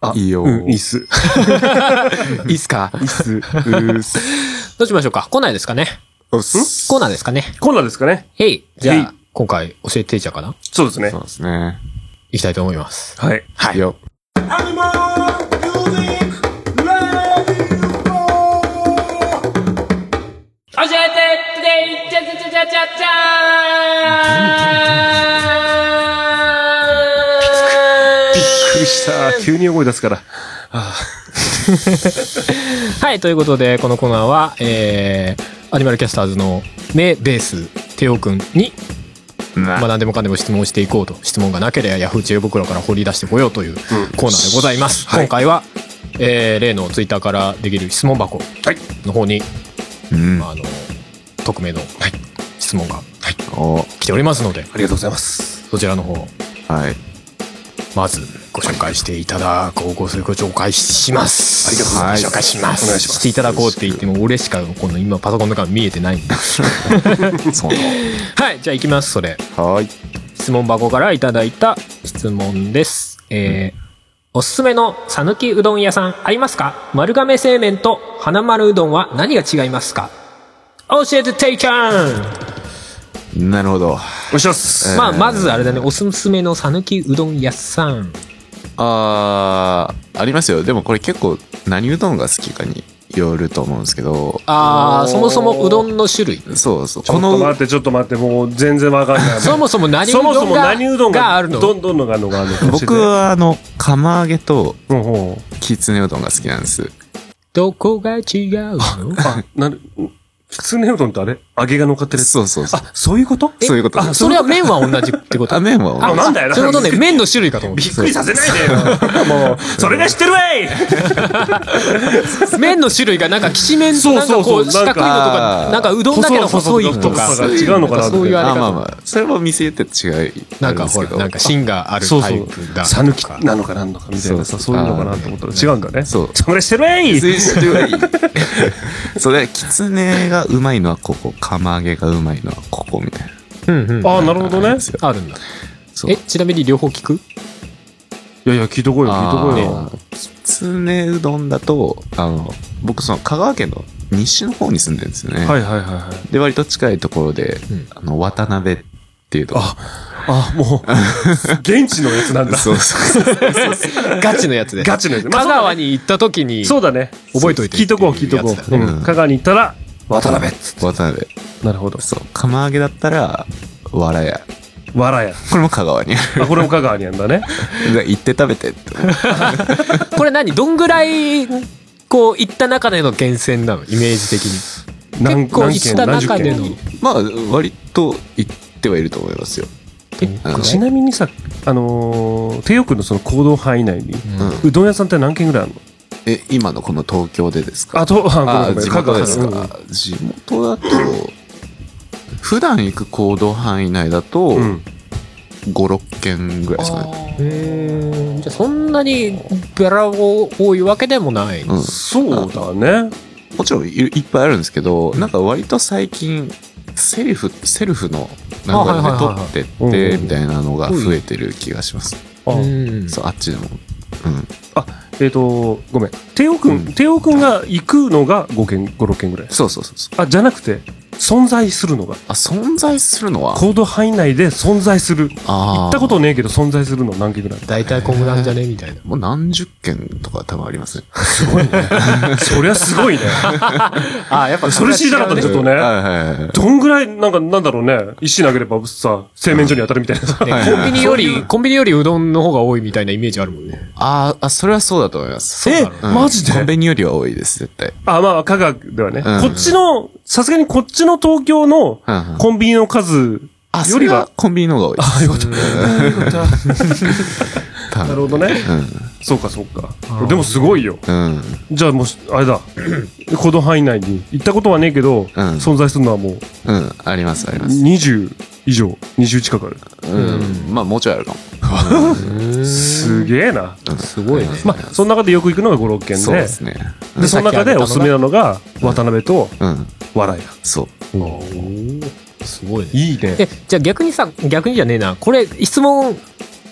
B: あ
D: いいよ
B: うん、いいっす。
A: いいっすか
D: うっす。うっす。
A: どうしましょうかコーナーですかね
D: うっす。
A: コーナーですかね
B: *laughs* コーナーですかね。
A: へいじ
B: へ
A: ゃ
B: い
A: あ、今回教えていちゃうかな
B: そうですね
D: そ。うですね。
A: いきたいと思います。
B: はい。
D: はい。よ。
F: 教えてトゥデイチャチャチャチャチャチャーン
B: びした。急に声出すから。
A: はい、ということで、このコーナーは、えー、アニマルキャスターズの名ベース、テオくんに、まあ、何でもかんでも質問していこうと、質問がなければヤフー知恵袋から掘り出してこようというコーナーでございます。今回は、えー、例のツイッターからできる質問箱の方に、
D: うん
A: まあ、あの、匿名の、質問が
D: お
A: 来ておりますので、
B: ありがとうございます。
A: そちらの方、
D: はい。
A: まずご紹介していただこう、ご紹介します。
B: ありがとうござい
D: ます
A: ご紹介します。
B: お願いします
A: していただこうって言っても、俺しか、この今パソコンの画面見えてないんで。
B: *laughs*
D: そ
A: はい、じゃあ行きます、それ。
D: の。はい。
A: 質問箱からいただいた質問です。えーおすすめのさぬきうどん屋さんありますか丸亀製麺と花丸うどんは何が違いますか教えてテイちゃん、
D: なるほど。
B: お願いします。
A: まあ、まずあれだね、おすすめのさぬきうどん屋さん。
D: あー、ありますよ。でもこれ結構何うどんが好きかによると思うんですけど。
B: お
A: あー、
B: ー
A: そもそもうどんの種類。
D: そうそう。
B: ちょ
D: こ
B: っと
D: の
B: 待って、ちょっと待って、もう全然わかんない。
A: そもそも何うど
B: そ
A: ん
B: も
A: が
B: そも何うどんが
A: があるの
B: どんどんのがあるのがあるのかもしれ
D: 僕
B: ない、
D: はあの、釜揚げと
B: うんうん
D: きつねうどんが好きなんです。
A: どこが違うの
B: あ、なる、普通のうどんってあれ揚げが乗っかってるやつ。
D: そうそうそう。
B: あ、 *laughs* そういうこと
D: そういうことです
A: あ、それは麺は同じってこと
D: あ、麺は
B: あなんだよな
A: そういうことね、麺の種類かと思っ
B: び
A: て
B: っくりさせないでよ。もう、それが知ってるわい
A: 麺の種類がなんかきしめんとなんかこ
B: そう
A: う
B: そう
A: 四
B: そう
A: 角いのと
D: な
A: か
D: んか
A: なんかうどんだけど細いとか
B: 細さが違うのかな
A: なんかそういう
D: あ
A: あれ
D: まあ
A: か
D: まあ、それも店って違いあ
A: な
D: る
A: ん
D: んで
A: か
D: す
A: ほ
D: け
A: ら
D: ど。
A: なんか芯がある
B: そう
A: タ
B: そう
A: イプだ
B: さぬきなのかなんのかみたいな
D: そ
B: さ、
D: う
B: そういうのかなと思ったら違うんだね。
D: そう
B: それしてるわい
D: 別にそれはい *laughs* いそれ、きつねがうまいのはここ、釜揚げがうまいのはここみたいな。
A: うんうん
B: ああ、なるほどね。
A: あるんだ
D: そう
A: えちなみに両方聞く
B: いやいや、聞いとこうよ、聞いとこうよ。
D: あーきつねうどんだと、あの、僕その香川県の西の方に住んでるんですよね。
B: はいはいはいはい。
D: で、割と近いところで、あの、渡辺っていうとこ。
B: あ、もう、現地のやつなんだ。
D: そうそう *laughs* そう。
A: ガチのやつで
B: ガチのやつ。まあ
A: 香川に行った時に
B: そうだね。
A: 覚えといて
B: 聞いとこう、聞いとこ
A: やつ
B: う。
A: だね
B: うん香川に行ったら、渡辺。
D: 渡辺。
B: なるほど。
D: そう。釜揚げだったら、わらや。
B: わらや。
D: これも香川にあ
B: あ、これも香川にあるんだね。
D: る。
B: *laughs*
D: で行って食べてって思う
A: これ何どんぐらいこう行った中での厳選なのイメージ的に
B: 何
A: *laughs* 結構
B: 何
A: 行っ
B: 件
A: た
B: 何十
A: 中で
B: 件
A: の
D: まあ、割と行ってはいると思いますよ。あの
B: ちなみにさ、あのー、帝王君のその行動範囲内に、うどん屋さんって何軒ぐらいあるの
D: え、今のこの東京でですか
B: あと、あごめ
D: あ
B: んごめん
D: 地
B: 香
D: 元
B: 川
D: です
B: うん
D: か。地元だと、普段行く行動範囲内だと、
B: うん。
D: 5、6軒ぐらいですかね。
A: へえじゃあそんなにベラを多いわけでもない
D: うん
B: そうだね。
D: もちろんいいっぱいあるんですけど、なんか割と最近、セルフ、セルフの、なん
A: あはいはいはい
D: か
A: はい
D: で
B: う
D: 撮
B: んう
D: っ
B: ん
D: て
B: う
D: って、みたいなのが増えてる気がします。
B: あ
A: うん
D: そう、あっちでも。
B: えっと、ごめん。帝王君、帝王君が行くのが5軒、5、6軒ぐらい。
D: そうそうそうそう。
B: あ、じゃなくて、存在するのが。
D: あ、存在するのは、
B: 行動範囲内で存在する。行
D: あー
B: ったことねえけど存在するの何軒ぐらい
A: 大体こんぐらいなんじゃねみたいな
D: もう何十件とか多分ありますね。
B: そりゃすごいね。 *laughs*
A: あやっぱ
B: それ知りたかったね、ちょっと
D: *laughs* はい
B: ね。
D: はいはい。
B: どんぐらい、なんか、なんだろうね。石投げればさ、洗面所に当たるみたいなさ。
A: ねコンビニより、コンビニよりうどんの方が多いみたいなイメージあるもんね。
D: あーあ、それはそうだと思います。
B: え、
D: うん
B: マジで
D: コンビニよりは多いです、絶対。
B: あ、まあ、香川ではね。
D: うん
B: こっちの、さすがにこっちの東京の
D: うんうん
B: コンビニの数
D: あ、
B: よ
D: そ
B: り
D: れは
B: は、
D: コンビニの方が多いです。
B: あ、よかった。なるほどね。
D: う
B: そうか、そうか。でもすごいよ。
D: ん。うん。
B: じゃあもう、あれだ。行動範囲内に行ったことはねえけど、存在するのはもう
D: うん。あります、あります。
B: 20以上、20近くある。
D: うん。まあ、もうちょいあるかも。
B: *laughs* すげえな。
A: すごいね。
B: まあ、その中でよく行くのが5、6軒
D: そう
B: で
D: で。すね。
B: で、その中でおすすめなのが、渡辺と、
D: うん。
B: 笑いだ。
D: そう。
A: すごいね。
B: いいね。
A: え、じゃあ逆にさ、逆にじゃねえな。これ、質問、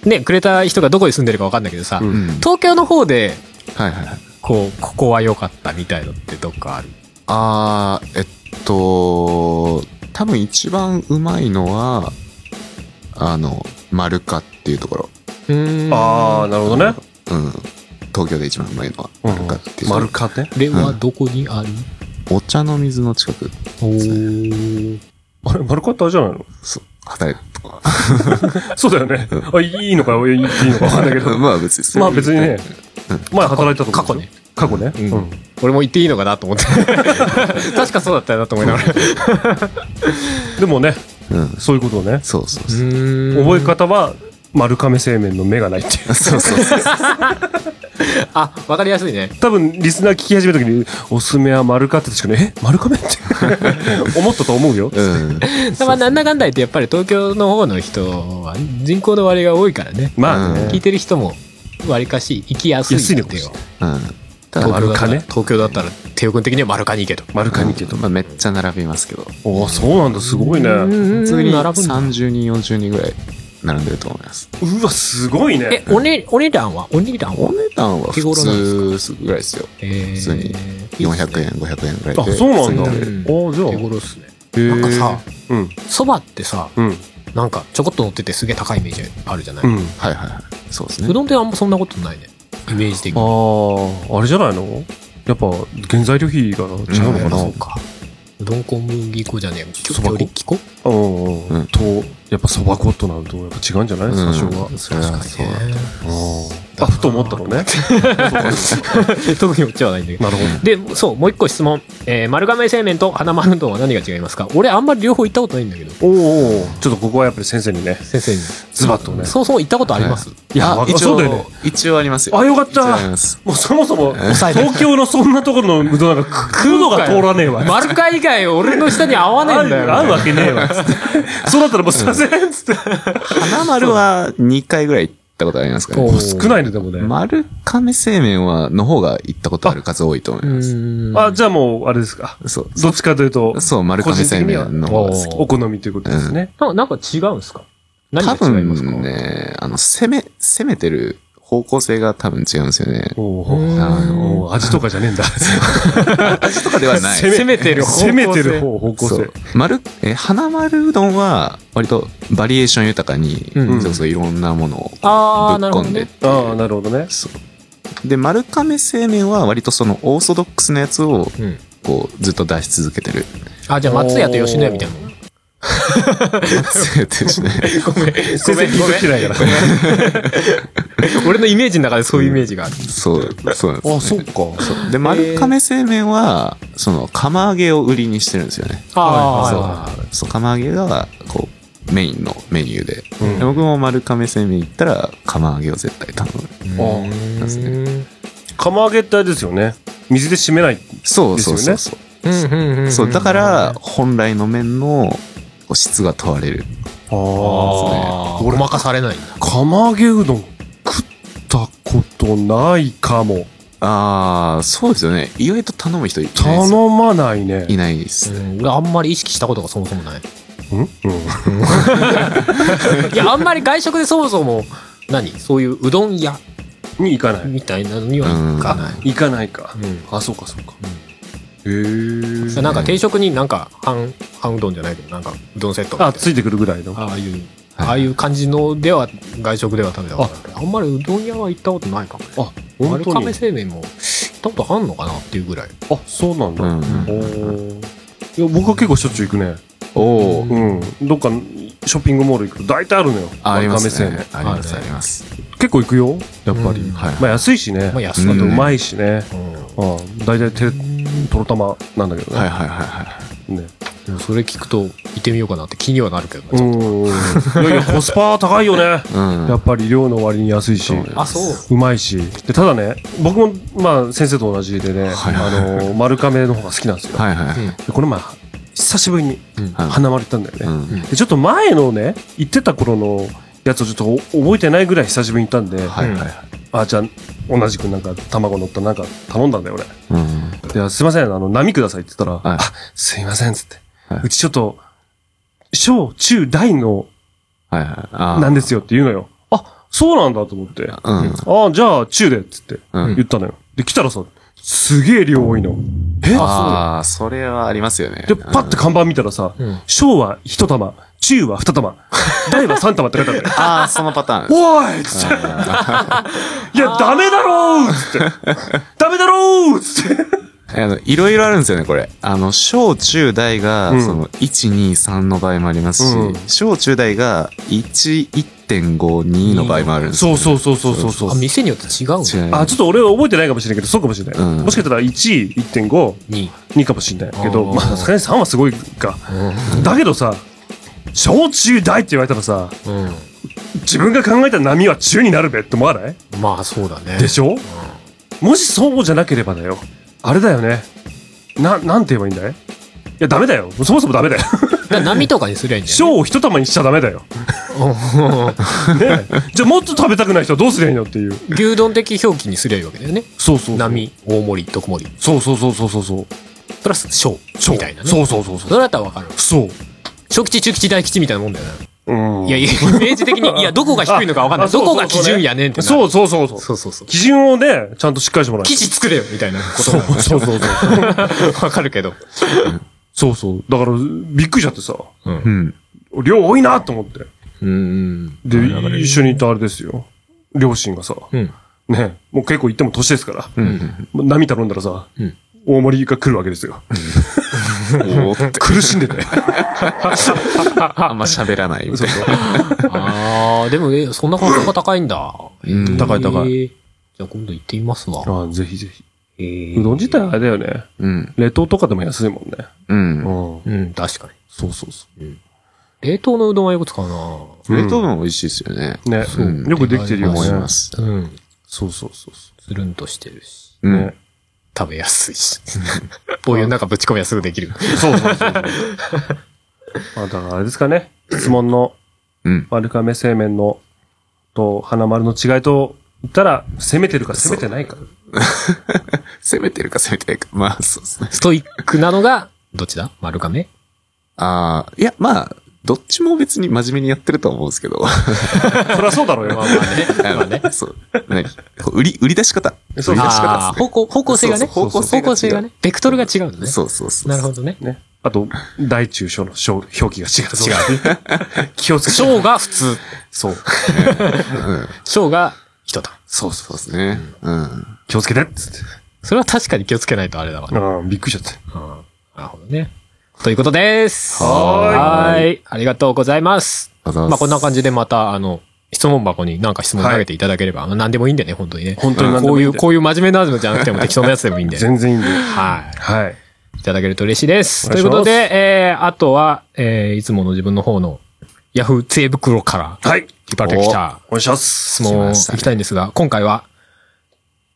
A: ね、くれた人がどこに住んでるかわかんないけどさ、
B: うん
D: うん。
A: 東京の方で、
D: はいはいはい。
A: こう、ここは良かったみたいのってどっかある。
D: あー、えっと、多分一番うまいのは、あの、丸かっていうところ。
B: ああ、なるほどね。
D: うん。東京で一番うまいのは
B: うん
D: 丸かっていう。
B: 丸かね。
A: あ。レはどこにある、
D: お茶の水の近く、
A: おー
B: あれ、丸かってあれじゃないの
D: そう、働い
B: そうだよね。あいいいのか、いいいいのかわかんないけど。
D: まあ別にそ
B: *laughs*
D: れ
B: まあ別にね、前働いたとこ
A: 過去ね。
B: 過去ね。
A: うん
B: うん
A: 俺も言っていいのかなと思って確かそうだったよなと思いながら
B: でもね、
D: うん
B: そういうことをね、
D: そうそう *laughs* そう
B: 覚え方は丸亀製麺の目がないっていう。
D: そうそうそう
A: あわかりやすいね
B: 多分リスナー聞き始めた時に、おすすめは丸かって確かに、え丸亀って *laughs* 思ったと思うよ。
D: うん
A: まあなんだかんだ言ってやっぱり東京の方の人は人口の割合が多いからね、
B: まあね、
A: 聞いてる人もわりかし行きやすい
B: 安いの
A: って
B: か
A: いう
B: もしれ
D: うんただ
A: 東京だ
B: 丸
A: ったら
B: 亀
A: 東京だったら帝王君的には丸かに行けと
B: 丸亀けど。
D: まあめっちゃ並びますけど
B: おお、そうなんだ、すごいね。う
D: 普
A: 普
D: 通
A: 通
D: に
A: に並ぶんだ
D: 30人40人ぐらい並んでると思います
B: わ、すごい
A: え
B: ね。
A: お,、ね、お値段はお値段
D: お
A: は
D: 値段は普
A: 手頃なん
D: 通ぐらいですよ
A: え
D: 普通に400円500円ぐらいで
B: あ、そうなんだ
D: 普通に食べれる。
B: おお、じゃあ
A: 手。頃っすね
B: へ
A: なんか
B: ー
A: さ
B: うん。
A: そばってさ
B: うん。
A: なんかちょこっと乗っててすげえ高いイメージあるじゃない、
B: う。
A: うん
D: はいはいはいそうですね
A: どんってあんまそんなことないねイメージ的に
B: ああ、あれじゃないのやっぱ、原材料費が違うのかな、
A: そうかうどん小麦粉じゃねえ
B: そば粉
A: 強力粉
B: うんう
D: うん
B: ん。と、やっぱそば粉となると、やっぱ違うんじゃない多少が
D: うん。それはそうだ
A: ね
B: あ、ふと思ったのね。
A: *laughs* 特にオチはないんだけど
B: なるほど。
A: でそうもう一個質問、えー丸亀製麺と花丸うどんは何が違いますか俺あんまり両方行ったことないんだけど
B: おうおうちょっとここはやっぱり先生にね、
A: 先生に
B: ズバッとね。
A: そうそう行ったことあります、
B: いや、わか
D: 一
B: そう
D: 応
B: だよね。
D: 一応ありますよ
B: あよかった
D: 一応あります
B: もうそもそも、
A: 抑えて
B: 東京のそんなところのうどんなんか食うのが通らねえわ。
A: 丸か以外俺の下に合わねえんだよ、
B: 合う合うわけねえ
D: *laughs*
B: わ。つってそうだったらもうすいません。つって。
D: 花丸は2回ぐらい行ったことありますかね
A: お
B: 少ないね、でもね。
D: 丸亀製麺はの方が行ったことある数多いと思います
B: あ、じゃあもう、あれですか。
D: そう
B: どっちかというと、
D: そう丸亀製麺の方が好き
B: お好みということですね。
A: ななんか違うんですか何
D: 多
A: が違いますか
D: 分ねあの攻め攻めてる方向性が多分違うんですよね
B: おうおう
D: あの
B: おう味とかじゃねえんだ。
D: 味とかではない
A: 攻めてる方向性
B: 攻めてる方、方向
D: そ
B: 性
D: う。丸え花丸うどんは割とバリエーション豊かに、
B: ん
D: そうそういろんなものをぶっ
A: あーなるほ
D: 込
A: ど
D: んでっ
A: ね
D: ていう
B: ああ、なるほどね。
D: そうで丸亀製麺は割とそのオーソドックスなやつを
A: うん
D: こうずっと出し続けてる
A: あじゃあ松屋と吉野家みたいなの
D: そうやってですね
A: *laughs* ごめん
B: 先生聞いてないから。
A: *laughs* 俺のイメージの中でそういうイメージがある、
D: そうそうなんです、ね、
B: あ、そっか。
D: そうで丸亀製麺はその釜揚げを売りにしてるんですよね
A: ああ
D: そう釜揚げがこうメインのメニューで,で、
B: うん
D: 僕も丸亀製麺行ったら釜揚げを絶対頼む
B: あ
D: なんですね
B: 釜揚げってあれですよね。水で締めない。
D: そうそう
B: ですよ
D: そう
B: ね
D: そう
A: うん
D: そう、だから、本来の麺のこう質が問われる。
A: あーごまかされない
B: 釜揚げうどん食ったことないかも。
D: ああ、そうですよね。意外と頼む人いないですよ
B: 頼まないね。
D: いないです。
A: うん俺あんまり意識したことがそもそもない
B: うんうん。
A: *laughs* いやあんまり外食でそもそも何そういううどん屋
B: に行かない。
A: みたいなのには行かない
B: 行かないか。
A: うん
B: あ、そうかそうか。へえ。
A: なんか定食になんか半半うどんじゃないけどなんかうどんセットみたいな
B: あ、ついてくるぐらいの。
A: ああいう、ああいう感じのでは外食では食べたことあるあんまりうどん屋は行ったことないかもね
B: あ、本
A: 丸
B: 当
A: 亀
B: に。
A: 製麺も行ったことあんのかなっていうぐらい
B: あ、そうなんだ。
D: う
B: お
D: ん
B: ーいや、僕は結構しょっちゅう行くね。
D: おお。
B: うん。どっか、ショッピングモール行くと大体あるのよ。
D: あります
B: 丸亀
D: ね
B: 製。
D: あります、
A: あ
D: あ
A: るね
D: ります。
B: 麺結構行くよ。やっぱり。
A: うん
D: はい。
B: まあ安いしね。
A: まあ
B: あ
A: 安かっ
D: う
B: と
A: た
B: う
D: ね
B: まいしね。
A: うん
B: ああ大体てとろ玉なんだけどね。
D: はいはいはいはい。
B: ね
A: でもそれ聞くと行ってみようかなって気にはなるけど
B: う
A: ね
B: ん。いやいや、コスパ高いよね。
D: うん。
B: やっぱり量の割に安いし。
D: そうね
A: あそう
B: うまいし。で、ただね、僕も、まあ、先生と同じでね、
D: はいはい
B: あの、丸亀の方が好きなんですよ。
D: はいはい。
B: でこの前、久しぶりに
D: はい
B: 花丸行ったんだよね。
D: うん
B: でちょっと前のね、行ってた頃のやつをちょっとお覚えてないぐらい久しぶりに行ったんで、
D: はいはいはい。
B: あ、じゃあ、同じくなんか卵乗ったなんか頼んだんだよ、俺。
D: うん。
B: で、すいません、あの、波くださいって言ったら、
D: はい
B: あ、すいません、つって、
D: はいう
B: ちちょっと、小、中、大の、
D: はいはい。あ
B: なんですよって言うのよ。あ、そうなんだと思って。
D: あ。うん。
B: あ、じゃあ、中で、つって、
D: うん
B: 言ったのよ。で、来たらさ、すげえ量多いの。え
D: ああ、それはありますよね。。
B: で、パッて看板見たらさ、小は一玉、中は二玉、大は三玉って書いてあったよ
D: ああ、そのパターン。
B: おいっつって。いや、ダメだろうっつって。ダメだろうっつって。
D: あの、いろいろあるんですよね、これ。あの、小中大が、
B: うん
D: その、1、2、3の場合もありますし、
B: うん
D: 小中大が、1、1.5、2の場合もあるんですよ
B: そうそうそうそうそうそう
A: あ、店によって違うんだ。
D: 違う
B: あちょっと俺は覚えてないかもしれないけどそうかもしれない、
D: うん
B: もしかしたら1 1.5
A: 2。
B: 2かもしれないけど
A: あー
B: まあさすがに3はすごいかだけどさ小中大って言われたらさ
A: う
B: 自分が考えた波は中になるべって思わない
A: ん。まあ、そうだね。
B: でしょ、もしそうじゃなければだよあれだよねななんて言えばいいんだいいやダメだよそもそもダメだ
A: *laughs*
B: よ
A: だから波とかにすりゃいいんじゃ
B: 賞を一玉にしちゃダメだよ
A: ない
B: ねじゃあもっと食べたくない人はどうすりゃいいのっていう
A: 牛丼的表記にすりゃいいわけだよね。
B: そうそうそう
A: 波、大盛り、特盛り。
B: そうそうそうそうそうそう
A: プラス小
B: そう
A: みたいなね。
B: そうそうそうそう
A: それだったらわかる。
B: そう
A: 小吉、中吉、大吉みたいなもんだよな。
B: うん
A: いやいや、イメージ的に、いや、どこが低いのかわかんな
B: あ
A: い。
B: そ
A: ど
B: うそう
A: こが基準やねんってなる。
B: そうそうそうそう
A: そうそうそう。
B: 基準をねちゃんとしっかりしてもらえ
A: 記事作れよみたいなこと
B: そうそうそうそう
A: *laughs* わかるけど。
B: そうそうだからびっくりしちゃってさ
D: うん。
B: 量多いなと思って
D: うん。
B: で、一緒にいたあれですよ。両親がさ、
A: ん
B: ね、もう結構行っても年ですから、
D: うん。
B: もう波頼んだらさ、
D: ん
B: 大盛りが来るわけですよ。
D: おーって
B: 苦しん *laughs* でて。
D: あんま喋らないみたい
A: ああ、でも、えそんな感覚が高いんだ。
D: うん
B: 高い高い
A: えーじゃあ今度行ってみますわ。
B: *laughs* ああぜひぜひ。
A: えー
B: うどん自体あれだよね。
D: な。うん。
B: 冷凍とかでも安いもんね。
D: うん。
B: う
A: うん、確かに。
B: そうそうそ
A: 冷凍のうどんはよく使うな
D: 冷凍の美味しいですよね。
B: う。ね、
D: うん
B: よくできてるよね。
D: 思い
B: そう
D: ます。
A: うん。
B: そうそうそ
A: つるんとしてるし、
D: う
B: う。
D: ん
B: ね。
A: 食べやすいし。 *laughs* こういうなんかぶち込みはすぐできる。
B: そうそうそうそう。まあだからあれですかね。質問の
D: うん。
B: 丸亀製麺のと花丸の違いと言ったら、攻めてるか攻めてないか。
D: 攻めてるか攻めてないか。まあ、そうですね。
A: ストイックなのが、どっちだ丸亀
D: ああ、いや、まあ、どっちも別に真面目にやってるとは思うんですけど。
B: そりゃそうだろうよ。
D: あの *laughs* そう。何こう売り、売り出し方。売り出し
B: そう
A: ああ、方向、方向性がね。
D: そうそう
A: 方向性が
D: 違
A: ね
D: う。
A: ベクトルが違うんだね。
D: そうそうそう。
A: なるほどね。
B: *laughs* ね。あと、大中小の小表記が違う。
A: 違う。
B: 気をつけて。
A: 小が普通。 *laughs*
B: そう。
A: 小が一玉。
D: そうそうですね。うん。
B: 気をつけてっつって。
A: それは確かに気をつけないとあれだわね。
B: うん、びっくりしちゃって。
A: なるほどね。ということです。
B: は
A: はーい。ありがとうございます。
D: ありがとうございます
A: まあこんな感じでまた、あの、質問箱に何か質問投げていただければ、あの何でもいいんでね、本当にね。
B: 本当に何で
A: こ
B: も
A: う
B: い
A: い
B: いん
A: う、
B: で
A: こういう真面目なのじゃなくても適当なやつでもいいんで。
B: 全然いいんで。
A: はい。
B: はい。
A: いただけると嬉しいです。
B: お願
A: とい
B: いうします
A: ことで、えー、あとは、えー、いつもの自分の方の、ヤフー知恵袋から、
B: はい。
A: 引っ張ってきた
B: お願いします。
A: 質問をい
D: 来ましたね
A: きたいんですが、今回は、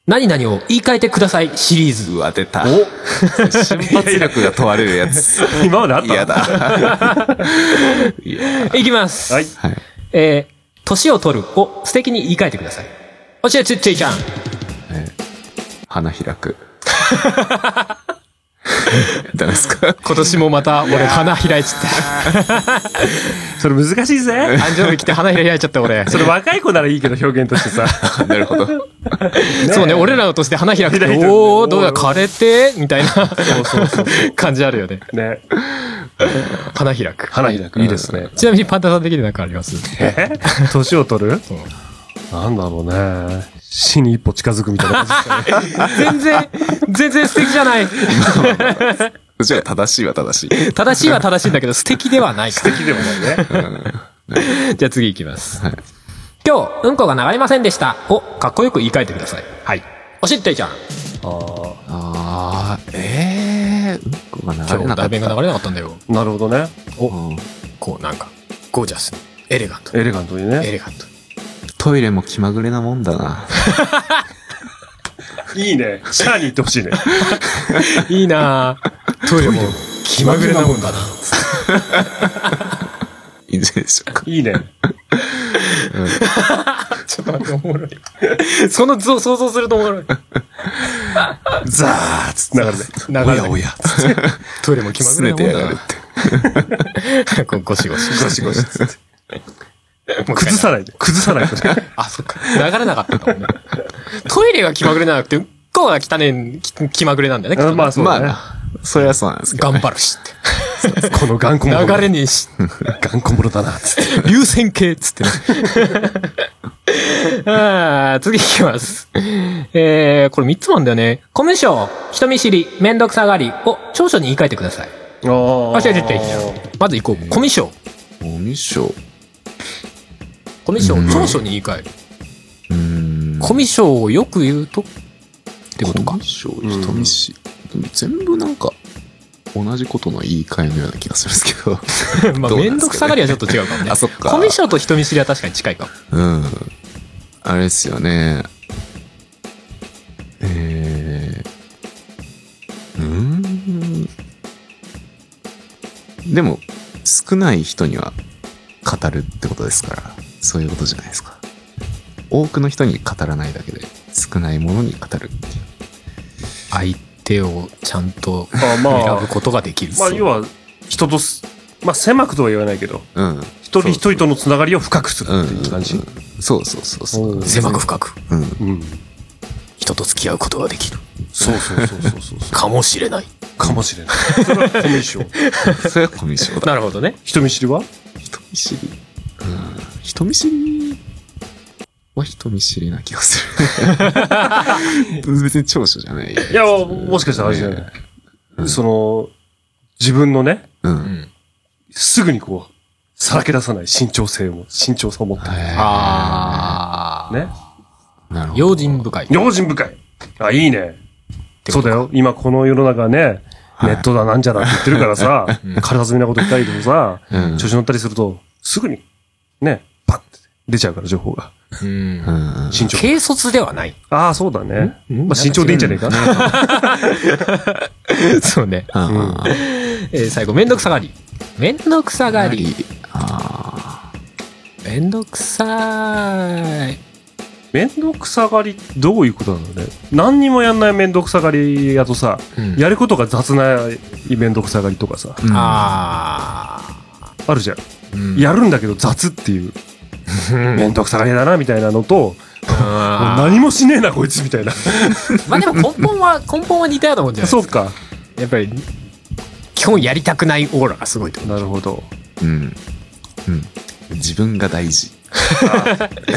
A: 何々を言い換えてくださいシリーズ。
D: うわ、出た。瞬発力が問われるやつ。
B: 今まであった
D: *laughs* 嫌だ。 *laughs* いや
A: いきます。
B: はい。
D: はい。
A: えー、年を取るを素敵に言い換えてください。教えて、ちいちゃん。
D: 花開く。 *laughs* ダメですか
A: 今年もまた俺花開いちゃっ
B: それ難しいぜ *laughs*
A: た。。 *laughs* 誕生日来て花開いちゃった *laughs* 俺。
B: それ若い子ならいいけど表現として *laughs* さ。
D: なるほど。
A: そうね、俺らの年で花開
B: 開
A: く
B: い
A: て
B: て、る
A: おー、どうや、枯れてみたいな *laughs* 感じあるよね。
B: ね。
A: 花開く。
B: 花開く。いいですね。
A: ちなみにパンタさん的に何かあります
B: え *laughs* 年を取るなんだろうね。死に一歩近づくみたいな感じですかね。
A: 全然、全然素敵じゃない。
D: うちは正しいは正しい。
A: 正しいは正しいんだけど、素敵ではないから。
B: でもないね。
A: じゃあ次行きます。今日、うんこが流れませんでした。を、かっこよく言い換えてください。はい。教えて、ちゃ
D: あ
A: ん。
D: あ、ええうんこが流
A: 今
D: れ
A: 日、
D: なか
A: ダ
D: っ
A: イビング
D: た。
A: 流れなかったんだよ。
B: なるほどね。
D: うん
A: こう、なんか、ゴージャスに。エレガントに。
B: エレガントに
A: エ
B: ね。
A: レガントに。
D: トイレも気まぐれなもんだな。
B: いいね。シャアに行ってほしいね。
A: いいなぁ。 *laughs* トイレも気まぐれなもんだな。
D: いいんじゃないでしょうか。
B: いいね。
A: ちょっと待って、おもろい。 *laughs* その図を想像するとおもろい。
D: ザーッつって
B: 流れで。
A: な
D: おやおや、つって。
A: *laughs* トイレも気まぐ
D: 拗ね
A: れな
D: て
A: も
D: や
A: んだ
D: がる
A: な
D: って。
A: *laughs* こうゴシゴシ。ゴシゴシ。
B: 崩さないで。崩さないで。
A: あ、そっか。流れなかったんだもんね。トイレが気まぐれなくて、うんこが汚い、き気まぐれなんだよねきっとね。
B: まあそう
D: ま
B: だ
D: あ
B: ね。
D: な、それはそうなんですけど。
A: 頑張るしって。 *laughs*
B: この頑固者。
A: 流れねえし。 *laughs*
B: 頑固者だな、つって。
A: 流線形っつってね。 *laughs* あー次いきます。えー、これ3つなんだよね。コミュ障、人見知り、めんどくさがりを長所に言い換えてくださ
B: あ
A: い。あ、違う違う違うまず行こう。コミュ障。
D: コミュ障。
A: コミュ障、長所に言い換える。
D: うーん。
A: コミュ障をよく言うと、ってことか
D: コミ。ュ障、人見知り。でも全部なんか、同じことの言い換えのような気がするんですけど。
A: まあ、
D: どうなんですかね *laughs*
A: めんどくさがりはちょっと違うかもね。
D: あ、そっか。
A: コミュ障と人見知りは確かに近いかも。
D: うん。あれですよね。えー、うーん。でも、少ない人には語るってことですから、そういうことじゃないですか。多くの人に語らないだけで、少ないものに語るっていう。
A: 相手をちゃんと
B: あま
A: 選
B: あ
A: ぶ、ことができる。
B: まあ、要は、人とす、まあ、狭くとは言わないけど、
D: うん。
B: 一
D: そ
B: 人
D: う
B: 一人とのつながりを深くする
D: うん
B: っていう感じ。
D: そうそうそうそ
B: お
D: う。
B: ー
A: 狭く深く、
D: うん。 *laughs*
B: うん。
A: 人と付き合うことができる。
B: そうそうそうそうそうそう。
A: かもしれない。
B: かもしれない。それはコミュ障。
D: それはコミュ障だ。
A: なるほどね。
B: 人見知りは
D: 人見知り。うん。人見知りは人見知りな気がする。別に長所じゃない。
B: いや、もしかしたらあれじゃない。その、自分のね、
D: うん。
B: すぐにこう、さらけ出さない慎重性も、慎重さを持ってる。
A: あ
B: ね。
D: なるほど。
A: 用心深い。
B: 用心深い。あ、いいね。そうだよ。今この世の中ね、ネットだなんじゃらって言ってるからさ、 *laughs* 体積みなこと言ったりとかさ、
D: うん
B: 調子乗ったりすると、すぐに、ね、パッて出ちゃうから情報が。
A: うん
D: うん。
B: 慎重。
A: 軽率ではない。
B: ああ、そうだね。まあ慎重でいいんじゃねえか。
A: そうね。
D: あー
A: えー最後、めんどくさがり。めんどくさがり。
D: あ
A: めんどくさい。
B: めんどくさがり、どういうことなのね。何にもやんないめんどくさがりやとさ、
A: うん
B: やることが雑なめんどくさがりとかさ、
D: ー。うん
A: あ
B: あるじゃん。
A: ーうん
B: やるんだけど雑っていう、めんどくさがりだなみたいなのと、もう
A: あ
B: 何もしねえなこいつみたいな。
A: ーまあでも根本は、根本は似たようなもんじゃない
B: そうか。
A: やっぱり、基本やりたくないオーラがすごいってこと
B: なるほど。
D: うん。うん。自分が大事。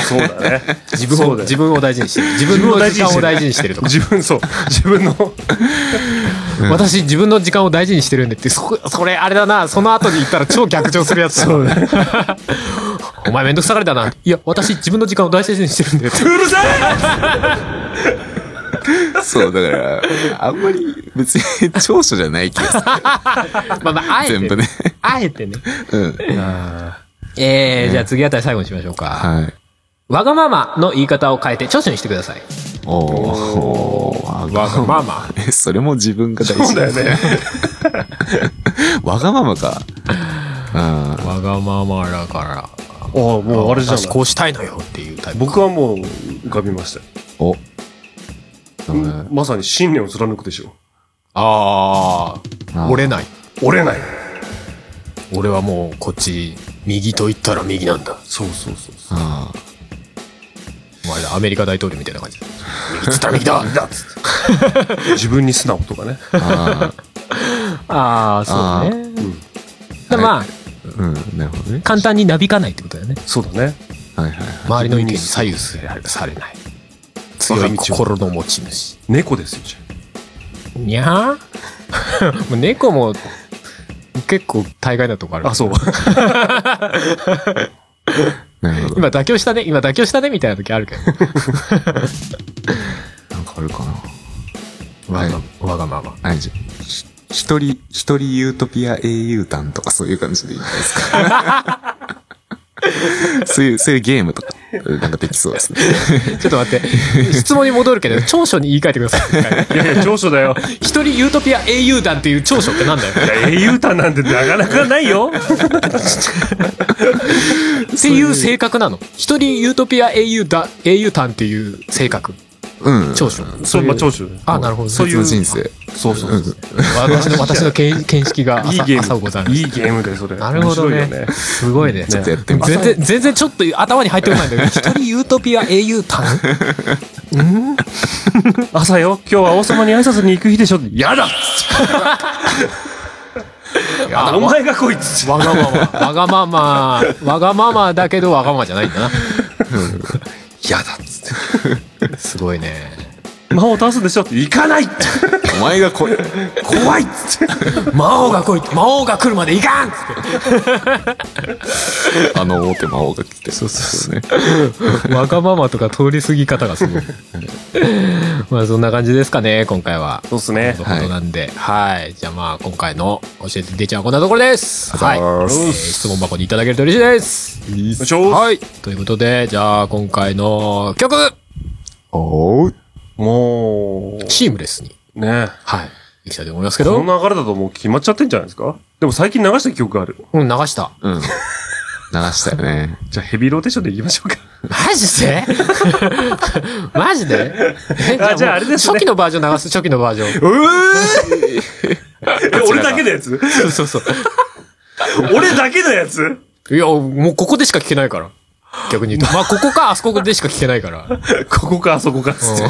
B: そうだね。
A: 自分
B: そう
A: を、
B: だよ
A: 自分を大事にしてる。自分の時間を大事にしてるとか。
B: 自分、そう。自分の、
A: 私、自分の時間を大事にしてるんでって、そこ、それ、あれだな、その後に言ったら超逆上するやつだな。
B: うね。
A: *laughs* お前めんどくさがりだな。いや、私、自分の時間を大切にしてる
D: *laughs*
A: んでって。
B: うるさい
D: そう、だから、あんまり別に長所じゃない気がす
A: まあまあ、あえて。
D: る。全部ね。
A: あえてね。
D: うん。
A: えー、じゃあ次あたり最後にしましょうか。
D: はい。
A: わがままの言い方を変えて長所にしてください。
D: おー。
A: わがまま。
D: え、それも自分が大事。
B: そうだよね。
D: わがままか。うん。
A: わがままだから。
B: ああ、もうあれじゃん
A: 私。こうしたいのよっていうタイプ。
B: 僕はもう浮かびましたよ
D: お。
B: まさに信念を貫くでしょ。
A: ああ、折れない。
B: 折れない。
A: 俺はもうこっち、右と言ったら右なんだ。
B: そうそうそうそ
D: あ
A: お前だ、アメリカ大統領みたいな感じだ。右っつったら右だだっつって
B: う。 *laughs* 自分に素直とかね。
D: ーあ
A: ああ、そうね。でまあ、
D: ー。うん、なるほどね。
A: 簡単になびかないってことだよね。
B: そうだね。
D: はいはい。
A: 周りの意見に左右されない。強い心の持ち主。
B: 猫ですよ、じゃ
A: にゃー *laughs* もう猫も結構大概なとこある。
B: あ。あ、そう。
D: なるほど。
A: 今妥協したね、今妥協したねみたいな時あるけど。
D: なんかあるかな。
A: わ
D: はい
A: がわがまま。
D: あれじゃ、ひ一人、一人ユートピア英雄団とかそういう感じでいいんじゃないですか。そういう、そういうゲームとか、なんかできそうですね。
A: ちょっと待って。質問に戻るけど、長所に言い換えてください。
B: いやいや、長所だよ。
A: 一人ユートピア英雄団っていう長所ってなんだよ。
B: いや英雄譚なんてなかなかないよ。
A: っていう性格なの。一人ユートピア英雄だ、英雄団っていう性格。
D: うん。
A: 長所。
B: そう、まあ長所だよ。
A: あ、なるほど。
B: そういう
D: 別の人生。
B: そうそうそう。
A: 私の、 *laughs* 私の見見識が
B: いい
A: 浅
B: ゲ
A: 浅うござ
B: ー
A: い
B: ム。
A: ます。
B: いいゲームだよ、それ。
A: なるほど
B: 面白い
A: ね
B: よ。
A: すごいね。
D: ちょっとやってみて。
A: 全然、全然ちょっと頭に入ってこない *laughs* んだけど、一人ユートピア英雄団
B: 朝よ、今日は王様に挨拶に行く日でしょ。やだやだお前がこいつ。
A: わがまま。わがまま。わがままだけどわがままじゃないんだな。
D: 一
E: 嫌だっつって。すごいね。
B: 魔法を倒すんでしょって行かないって
D: お前がこれ、
B: 怖いっつって
A: 魔王が来い魔王が来るまでいかん
D: あの大手魔王が来て。そうそうね。
A: *laughs* わがままとか通り過ぎ方がすごい。 *laughs* まあそんな感じですかね、今回は。
B: そうっすね
A: ほどほどなんで。はい、じゃあまあ今回の教えて出ちゃうこんなところです。はい。えー質問箱にいただけると嬉しいです。
B: よいしょ
A: はい。ということで、じゃあ今回の曲
D: おう。
B: も
A: シームレスに。
B: うねえ
A: はい。いきたいと思いますけ
B: こ
A: ど。
B: の流れだともう決まっちゃってんじゃないですかでも最近流した記憶がある
A: うん、流した。
D: うん。流したよね。
B: じゃあヘビーローテーションでいきましょうか
A: マ
B: *laughs*
A: ジでマジでえ
B: あ
A: もう
B: じゃああれですね
A: 初期のバージョン流す、初期のバージョン。
B: *laughs* え俺だけのや *laughs* つそうそうそう俺だけのやつ
A: いや、もうここでしか聞けないから。逆に言うと。まあ、ここか、あそこでしか聞けないから。
B: ここかあそこかっ *laughs* つって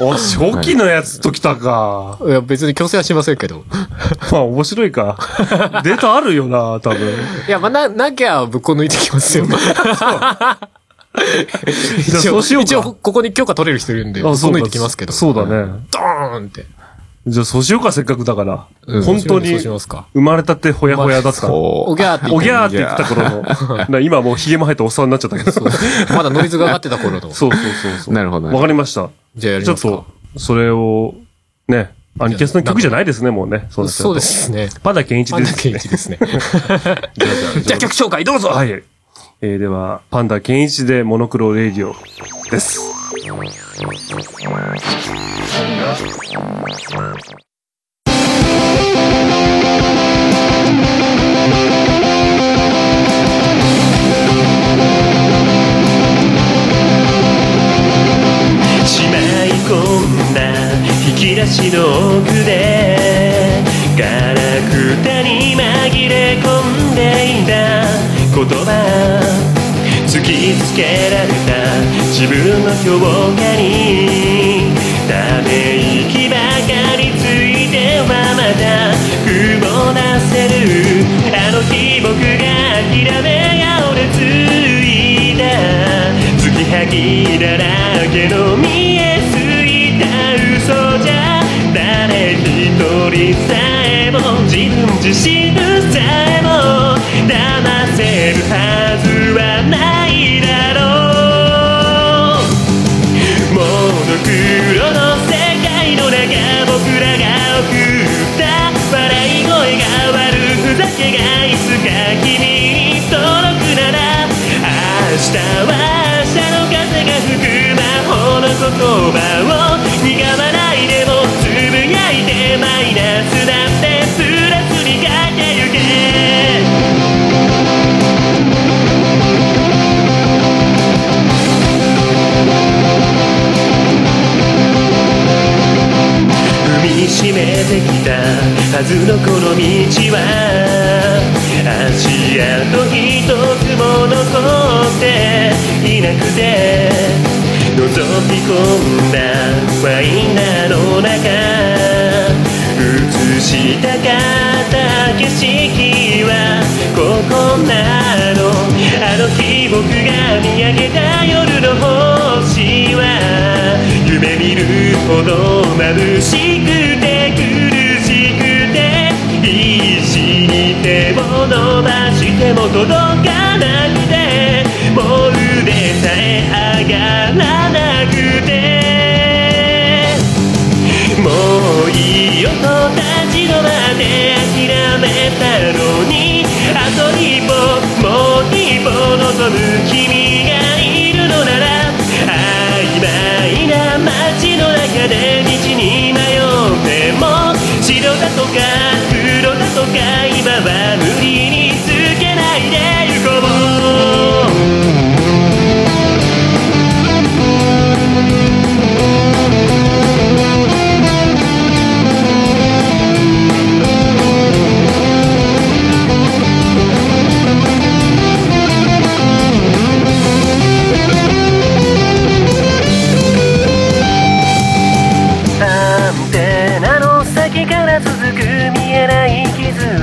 B: お初期のやつときたか
A: いや、別に強制はしませんけど。
B: まあ面白いかデータあるよな多
A: *laughs*
B: 分
A: いや、まあ、な、なきゃぶっこ抜いてきま
B: *laughs*
A: すよ。
B: じゃあ
A: 一
B: そう
A: 応、
B: しようか
A: 一応、ここに許可取れる人いるんで、ぶっ
B: あ
A: こ
B: そう
A: 抜
B: か
A: いてきますけど。
B: そうだ。ね
A: ドーンって。
B: じゃあそうしようかせっかくだから本当に
A: そうし
B: 生
A: ますか。
B: まれたてほやほやだった
D: お
A: おぎゃーって言
B: お
A: っ
B: ぎ
A: て
B: ゃーって言ってた頃の。
A: *laughs*
B: な今もうヒゲも生えておっさんになっちゃったけど。そう
A: まだノイズが上がってた頃の。
B: そうそうそう。
D: なるほどね
B: わかりました。
A: じゃあやり
B: ちょ
A: ま
B: っ
A: すか
B: と。、それを、ね、アニキャスの曲じゃないですね、もうね。そうです
A: そうで。すね。
B: パダケンイチ
A: パン
B: で
A: ダ
B: す。
A: ケンイチです
B: *laughs*
A: ね。じゃあ曲紹介どうぞ
B: はい。えー、では、パンダケンイチでモノクロレイディオです。
G: しまい込んだ引き出しの奥でガラクタに紛れ込んでいた言葉突きつけられた自分の評価にため息ばかりついてはまた雲出せるあの日僕が諦め顔でついた突きはぎだらけの見えすぎた嘘じゃ誰一人さえも自分自身さえも騙せるはずはないだろうモノクロの世界の中僕らが送った笑い声が悪ふざけがいつか君に届くなら明日は明日の風が吹く魔法の言葉を苦笑いでもつぶやいてマイナスだってプラスに駆けゆけ踏みしめてきたはずのこの道は足跡一つも残っていなくて覗き込んだファインダーの中映したかった景色はここなのあの日僕が見上げた夜の星は夢見るほど眩しくて苦しくて必死に手を伸ばしても届かなくてもう腕さえ上がらなくてもういいよと立ち止まって諦めたのにあと一歩もう一歩望む君がいるのなら曖昧な街の中で道に迷っても白だとか黒だとか今は無理につけないで行こう優し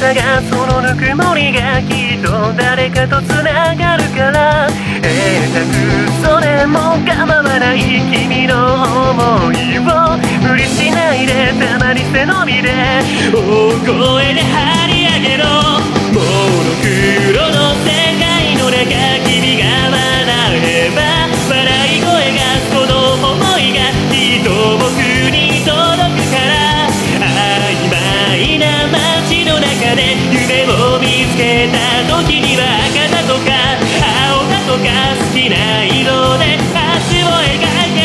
G: さがそのぬくもりがきっと誰かとつながるから永くそれも構わない君の思いを無理しないでたまに背伸びで大声で張り上げろモノクロの世界の中君が笑えば笑い声がその想いがきっと僕に届くから曖昧な街の中で夢を見つけた時には赤だとか青だとか好きな色で明日を描いて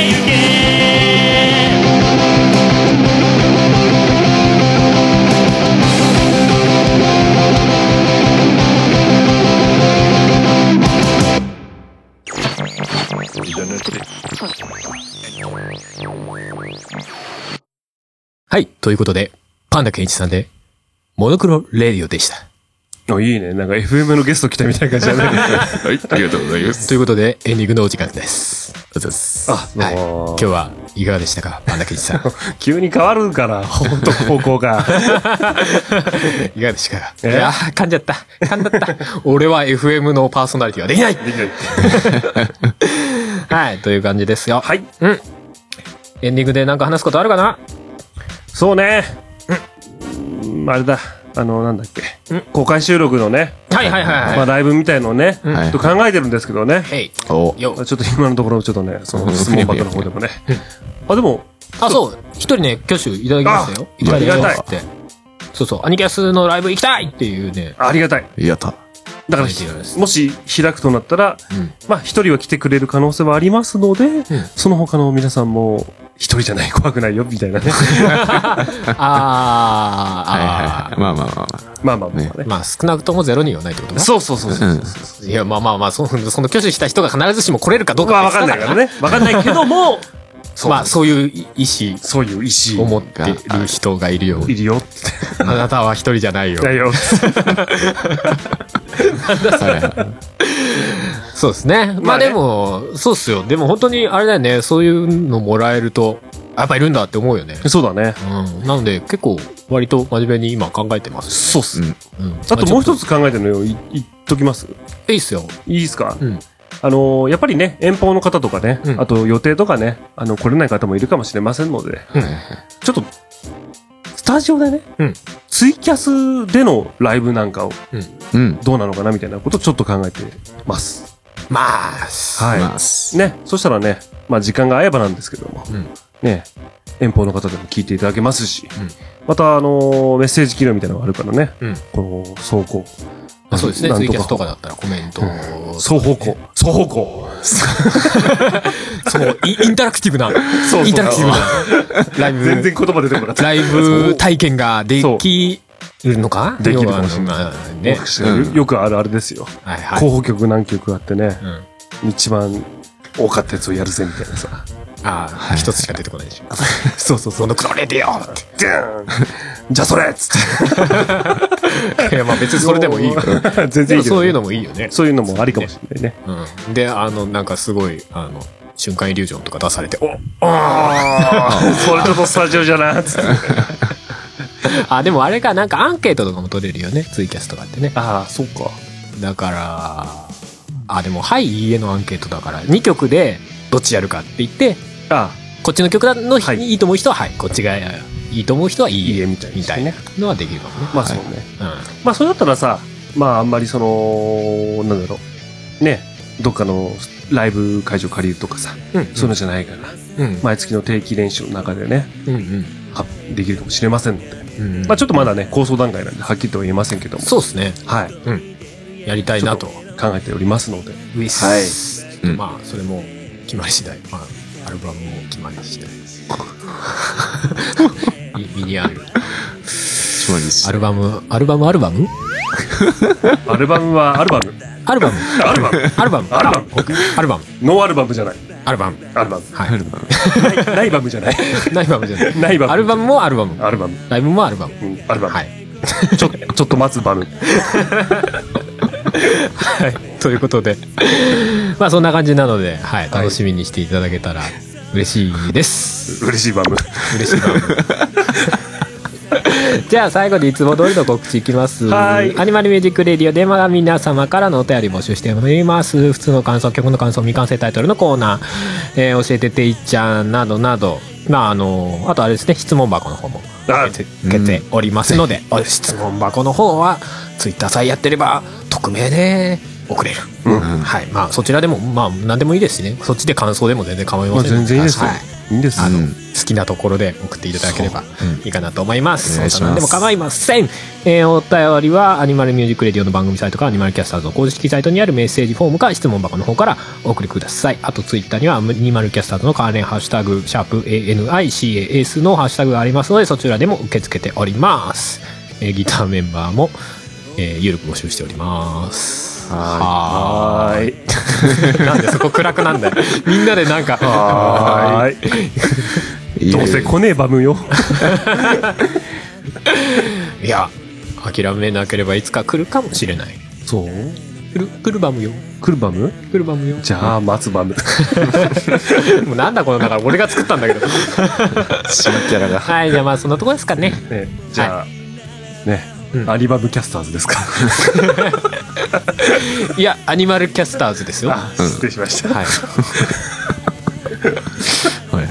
G: ゆけ
A: はい。ということで、パンダケンイチさんで、モノクロレディオでした。
B: あいいね。なんか FM のゲスト来たみたいな感じだね。
D: はい、ありがとうございます。
A: ということで、エンディングのお時間です。ありがとうございます。
B: あ
A: はい。
B: どうも
A: 今日はいかがでしたかパンダケンイチさん。
B: 急に変わるから、本当方向が。
A: いかがでしたかい
B: え
A: やー、噛んじゃった。噛んじゃった。 *laughs* 俺は FM のパーソナリティはできないはい。という感じですよ。
B: はい。
A: エンディングで何か話すことあるかな
B: そうね。うん。あれだ。あの、なんだっけ。公開収録のね、
A: はいはいはい
B: まあ
A: は
B: ライブみたいのをね、ちょ
D: はい
B: っと考えてるんですけどね。
A: い。えい。
D: お
A: よ
B: ちょっと今のところちょっとね、その質問箱の方でもね。あ、でも、
A: あ、そう。一人ね、挙手いただきましたよ。
B: あ
A: 行きたいよ
B: ありが
A: っつって。そうそう。アニキャスのライブ行きたいっていう
B: *laughs*
A: ね。
B: ありがたい。
D: やった。
B: だから
A: ありがとうございま、す
B: もし開くとなったら、まあ、一人は来てくれる可能性はありますので、その他の皆さんも、一人じゃない、怖くないよ、みたいなね。
D: はいはい
A: あー、あ
D: はい。まあまあまあ
B: *laughs* ま
D: ま
B: あまあまあね。
A: ー。まあ少なくともゼロ人はないってことね。
B: そうそうそうそう。
D: あ。うん。
A: いや、まあまあまあ、その、その挙手した人が必ずしも来れるかどうか
B: まあ、わ
A: 別
B: か
A: だ
B: んないから。
A: *laughs*
B: ね。わかんないけども、そう
A: まあそういう意思
B: そういう意思
A: を持ってる人がいるよ。
B: いるよって。
A: あなたは一人じゃないよ。
B: だよ。
D: はいは
A: そうですね。ま
B: ま
A: あ
B: あね
A: でも、そうっすよ。でも本当にあれだよね、そういうのもらえると、あやっぱいるんだって思うよね。
B: *laughs* そうだね。
A: うん。なので結構割と真面目に今考えてます。
B: そうっす。
A: うん。
B: あともう一つ
A: つ。
B: 考えてるのよ。い言っときます。
A: いいっすよ。
B: いいですか、
A: うん
B: あのーやっぱりね、遠方の方とかね、
A: うん
B: あと予定とかね、あの、来れない方もいるかもしれませんので、
D: い
B: ちょっと、スタジオでね、
A: うん
B: ツイキャスでのライブなんかを
D: うん。
B: どうなのかなみたいなことをちょっと考えてます。
A: まあ、
B: はい。
D: まあす
B: ね、そしたらね、まあ時間が合えばなんですけども、
A: ん
B: ね、遠方の方でも聞いていただけますし、
A: ん
B: またあのーメッセージ機能みたいなのがあるからね、
A: うん
B: この走行。
A: まあそうですね。
B: なん
A: ツ
B: と
A: イ
B: か
A: キャスとかだったらコメント。
B: 双方向。双方向。
A: そう、インインタラクティブな、
B: そう
A: インタラクテ
B: *laughs*
A: ィブな、ライ
B: 全
A: ブ、
B: 然言葉出てこなかった。
A: ライブ体験ができるのか
B: そうできるかもしれない
A: 要はまあね。
D: うん
B: よくあるあれですよ。
A: はいはい。
B: 候補曲何曲あってね、一番多かったやつをやるぜみたいなさ。
A: ああ、一つしか出てこないでしょ。そうそうそう。モノクロレディオっ
B: じゃーンじゃあそれっつって。
A: て。いや、まあ別 *laughs* にそれでもいいけど。
B: *laughs* 全然い
A: でも
B: いけど。
A: そういうのもいいよね。
B: そういうのもありかもしれないね。
A: うん。で、あの、なんかすごい、あの、瞬間イリュージョンとか出されて、お
B: ああ、 *laughs* それちょっとスタジオじゃなっつって。
A: あ、でもあれか、なんかアンケートとかも取れるよね。ツイキャスとかってね。
B: ああ、そうか。
A: だから、あ、でも、はい、いいえのアンケートだから、2曲でどっちやるかって言って、
B: あ
A: こっちの曲の日、、
B: はいい
A: いと思う人ははい、こっちがいいと思う人はいいえみたいな。みたいなのはできるかもね。
B: あ、まあそうね。
A: う
B: まあそれだったらさ、まああんまりその、なんだろう。ね、どっかのライブ会場借りるとかさ、
A: ん。うん。
B: そういうのじゃないから、
A: うん。
B: 毎月の定期練習の中でね、
A: うんうん。
B: はできるかもしれませんので。
A: うん
B: まあちょっとまだね、構想段階なんで、はっきりとは言えませんけども。
A: そうですね。
B: はい。
A: やりたいなと。
B: 考えておりますので。
A: ウィス。
B: はい
A: ちょっとまあ、それも決まり次第。まあ、アルバムも決まり次 *laughs* 第。ミミニアル。
D: 決まりし
A: アルバム、アルバム、アルバム
B: アルバムはアルバム。
A: アルバム。
B: アルバム。
A: アルバム。
B: アルバム。
A: アルバム。
B: ノーアルバムじゃない。
A: アルバム。
B: アルバム。
A: はい。
B: ないライバムじゃない。
A: ナイバムじゃない。
B: ないバム。
A: アルバムもアルバム。
B: *laughs* アルバム。
A: ライブもアルバム。
B: うんアルバム。
A: はい。
B: ちょ、ちょっと待つバム。
A: ということで、まあそんな感じなので、はい、楽しみにしていただけたら嬉しいです。
B: 嬉しいバム。
A: 嬉しいな。 *laughs* じゃあ最後にいつも通りの告知いきます。
B: はい
A: アニマルミュージックレディオでは皆様からのお便り募集しております。普通の感想、曲の感想、未完成タイトルのコーナー、えー教えてていっちゃんなどなど、まああの、あとあれですね、質問箱の方も
B: あ
A: 受けておりますので、お質問箱の方はツイッターさえやってれば匿名で送れる。
B: うん
A: はい。まあそちらでも、まあ何でもいいですしね、そっちで感想でも全然構い
B: ま
A: ま
B: あ、
A: せんの。
B: 全然いいですよ、
A: はい
B: い、いんですよ
D: あの、
A: 好きなところで送っていただければいいかなと思います。
D: お願
A: そん
D: いします
A: な何でも構いません。えーお便りは、アニマルミュージックレディオの番組サイトか、アニマルキャスターズの公式サイトにあるメッセージフォームか、質問箱の方からお送りください。あと、ツイッターには、アニマルキャスターズの関連ハッシュタグ、シャープ ANICAS のハッシュタグがありますので、そちらでも受け付けております。えーギターメンバーも、えー、ゆるく募集しております。は
B: はーい
A: ーい。なんでそこ暗くなんだよ。みんなでなんか、
B: はーい
D: いい
B: どうせ来ねえバムよ
A: いや、諦めなければいつか来るかもしれない。
B: そう
A: 来る、来るバムよ。
B: 来るバム
A: 来るバムよ。
B: じゃあ待つバム
A: もうなんだこの、だから俺が作ったんだけ *laughs* ど。
D: 新キャラが。
A: はい、じゃあまあそんなとこですかね。
B: ねじゃあ、ね、
A: うん
B: アリバムキャスターズですか
A: いや、アニマルキャスターズですよ。は
B: あ失礼しました
A: い。
D: はいはい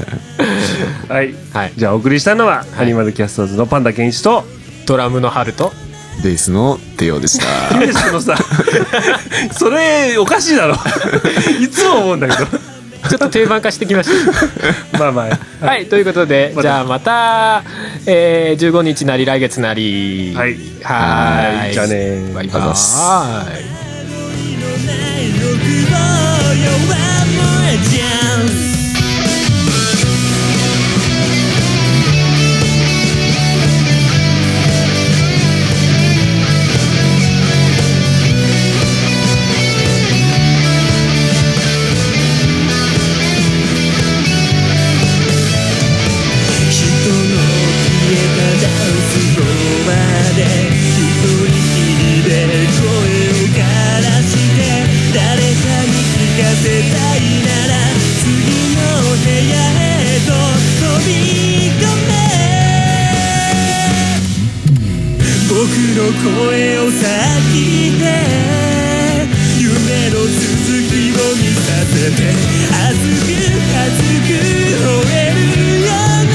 B: はい
A: はい。
B: じゃあお送りしたのは、アニマルキャスターズのパンダケンイチと
A: ドラムの春と、
D: デイスの帝王でした。
B: いいですけどさ *laughs* それおかしいだろいつも思うんだけど
A: ちょっと定番化してきました。
B: まあまあ
A: *laughs* はい、ということで、じゃあまた、えー、15日なり来月なり。
B: はい
A: はーい。
B: じゃあねー
A: バ
D: あ
A: イ
D: りがとう
A: バ
D: ございます
A: ーイ。
G: 人の消えたダンスフロアで一人きりので声を枯らして誰かに聞かせたいなら次の部屋へと飛び込め僕の声を先で夢の続きを見させて熱く熱く吠えるような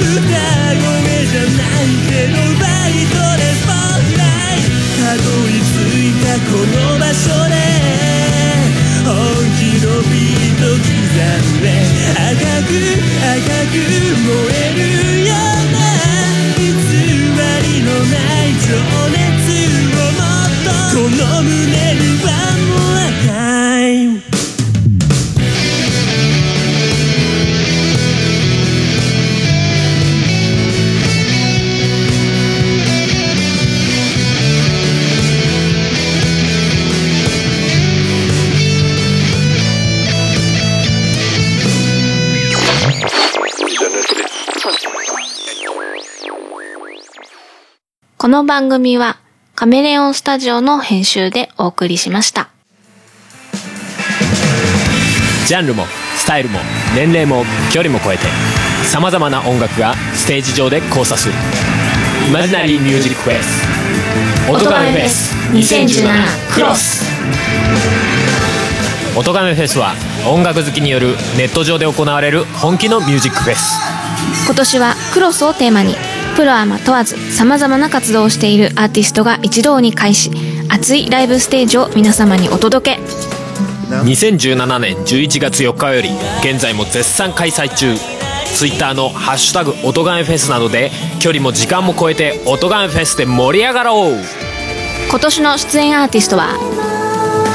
G: 歌声じゃないけどバイトでスポットライトたどり着いたこの場所で本気のビート刻んで赤く赤く燃えるような偽りのない情熱をもっとこの胸にはもう赤い
H: この番組はカメレオンスタジオの編集でお送りしました。
A: ジャンルもスタイルも年齢も距離も超えてさまざまな音楽がステージ上で交差するイマジナリーミュージックフェス音ガメフェス2017クロス音ガメフェスは音楽好きによるネット上で行われる本気のミュージックフェス
H: 今年はクロスをテーマにプロアマ問わず様々な活動をしているアーティストが一堂に会し熱いライブステージを皆様にお届け
A: 2017年11月4日より現在も絶賛開催中 Twitter の「ハッシュタグ音ガメフェス」などで距離も時間も超えて音ガメフェスで盛り上がろう
H: 今年の出演アーティストは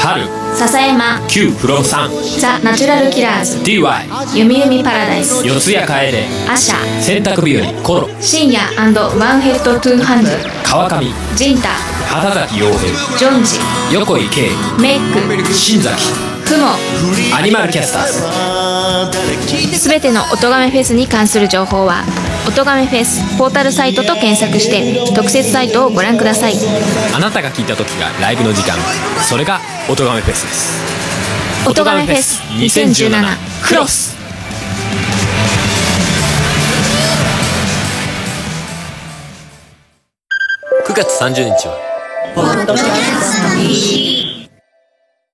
A: 春
H: 笹山
A: Q フロムさん
H: ザ・ナチュラルキラーズ
A: DY
H: ゆみゆみパラダイス
A: 四谷楓
H: アシャ
A: 洗濯日和コロ
H: 深夜ワンヘッドトゥーハンズ
A: 川上
H: ジンタ
A: 畑崎陽平
H: ジョンジ
A: 横井圭
H: メイク
A: 新崎
H: クモ
A: アニマルキャスターズ
H: すべての音がめフェスに関する情報は音がめフェスポータルサイトと検索して特設サイトをご覧ください
A: あなたが聞いた時がライブの時間それが音ガメフェスです
H: 音がめフェス2017クロス
I: 9月30日は
A: ポッドキャストに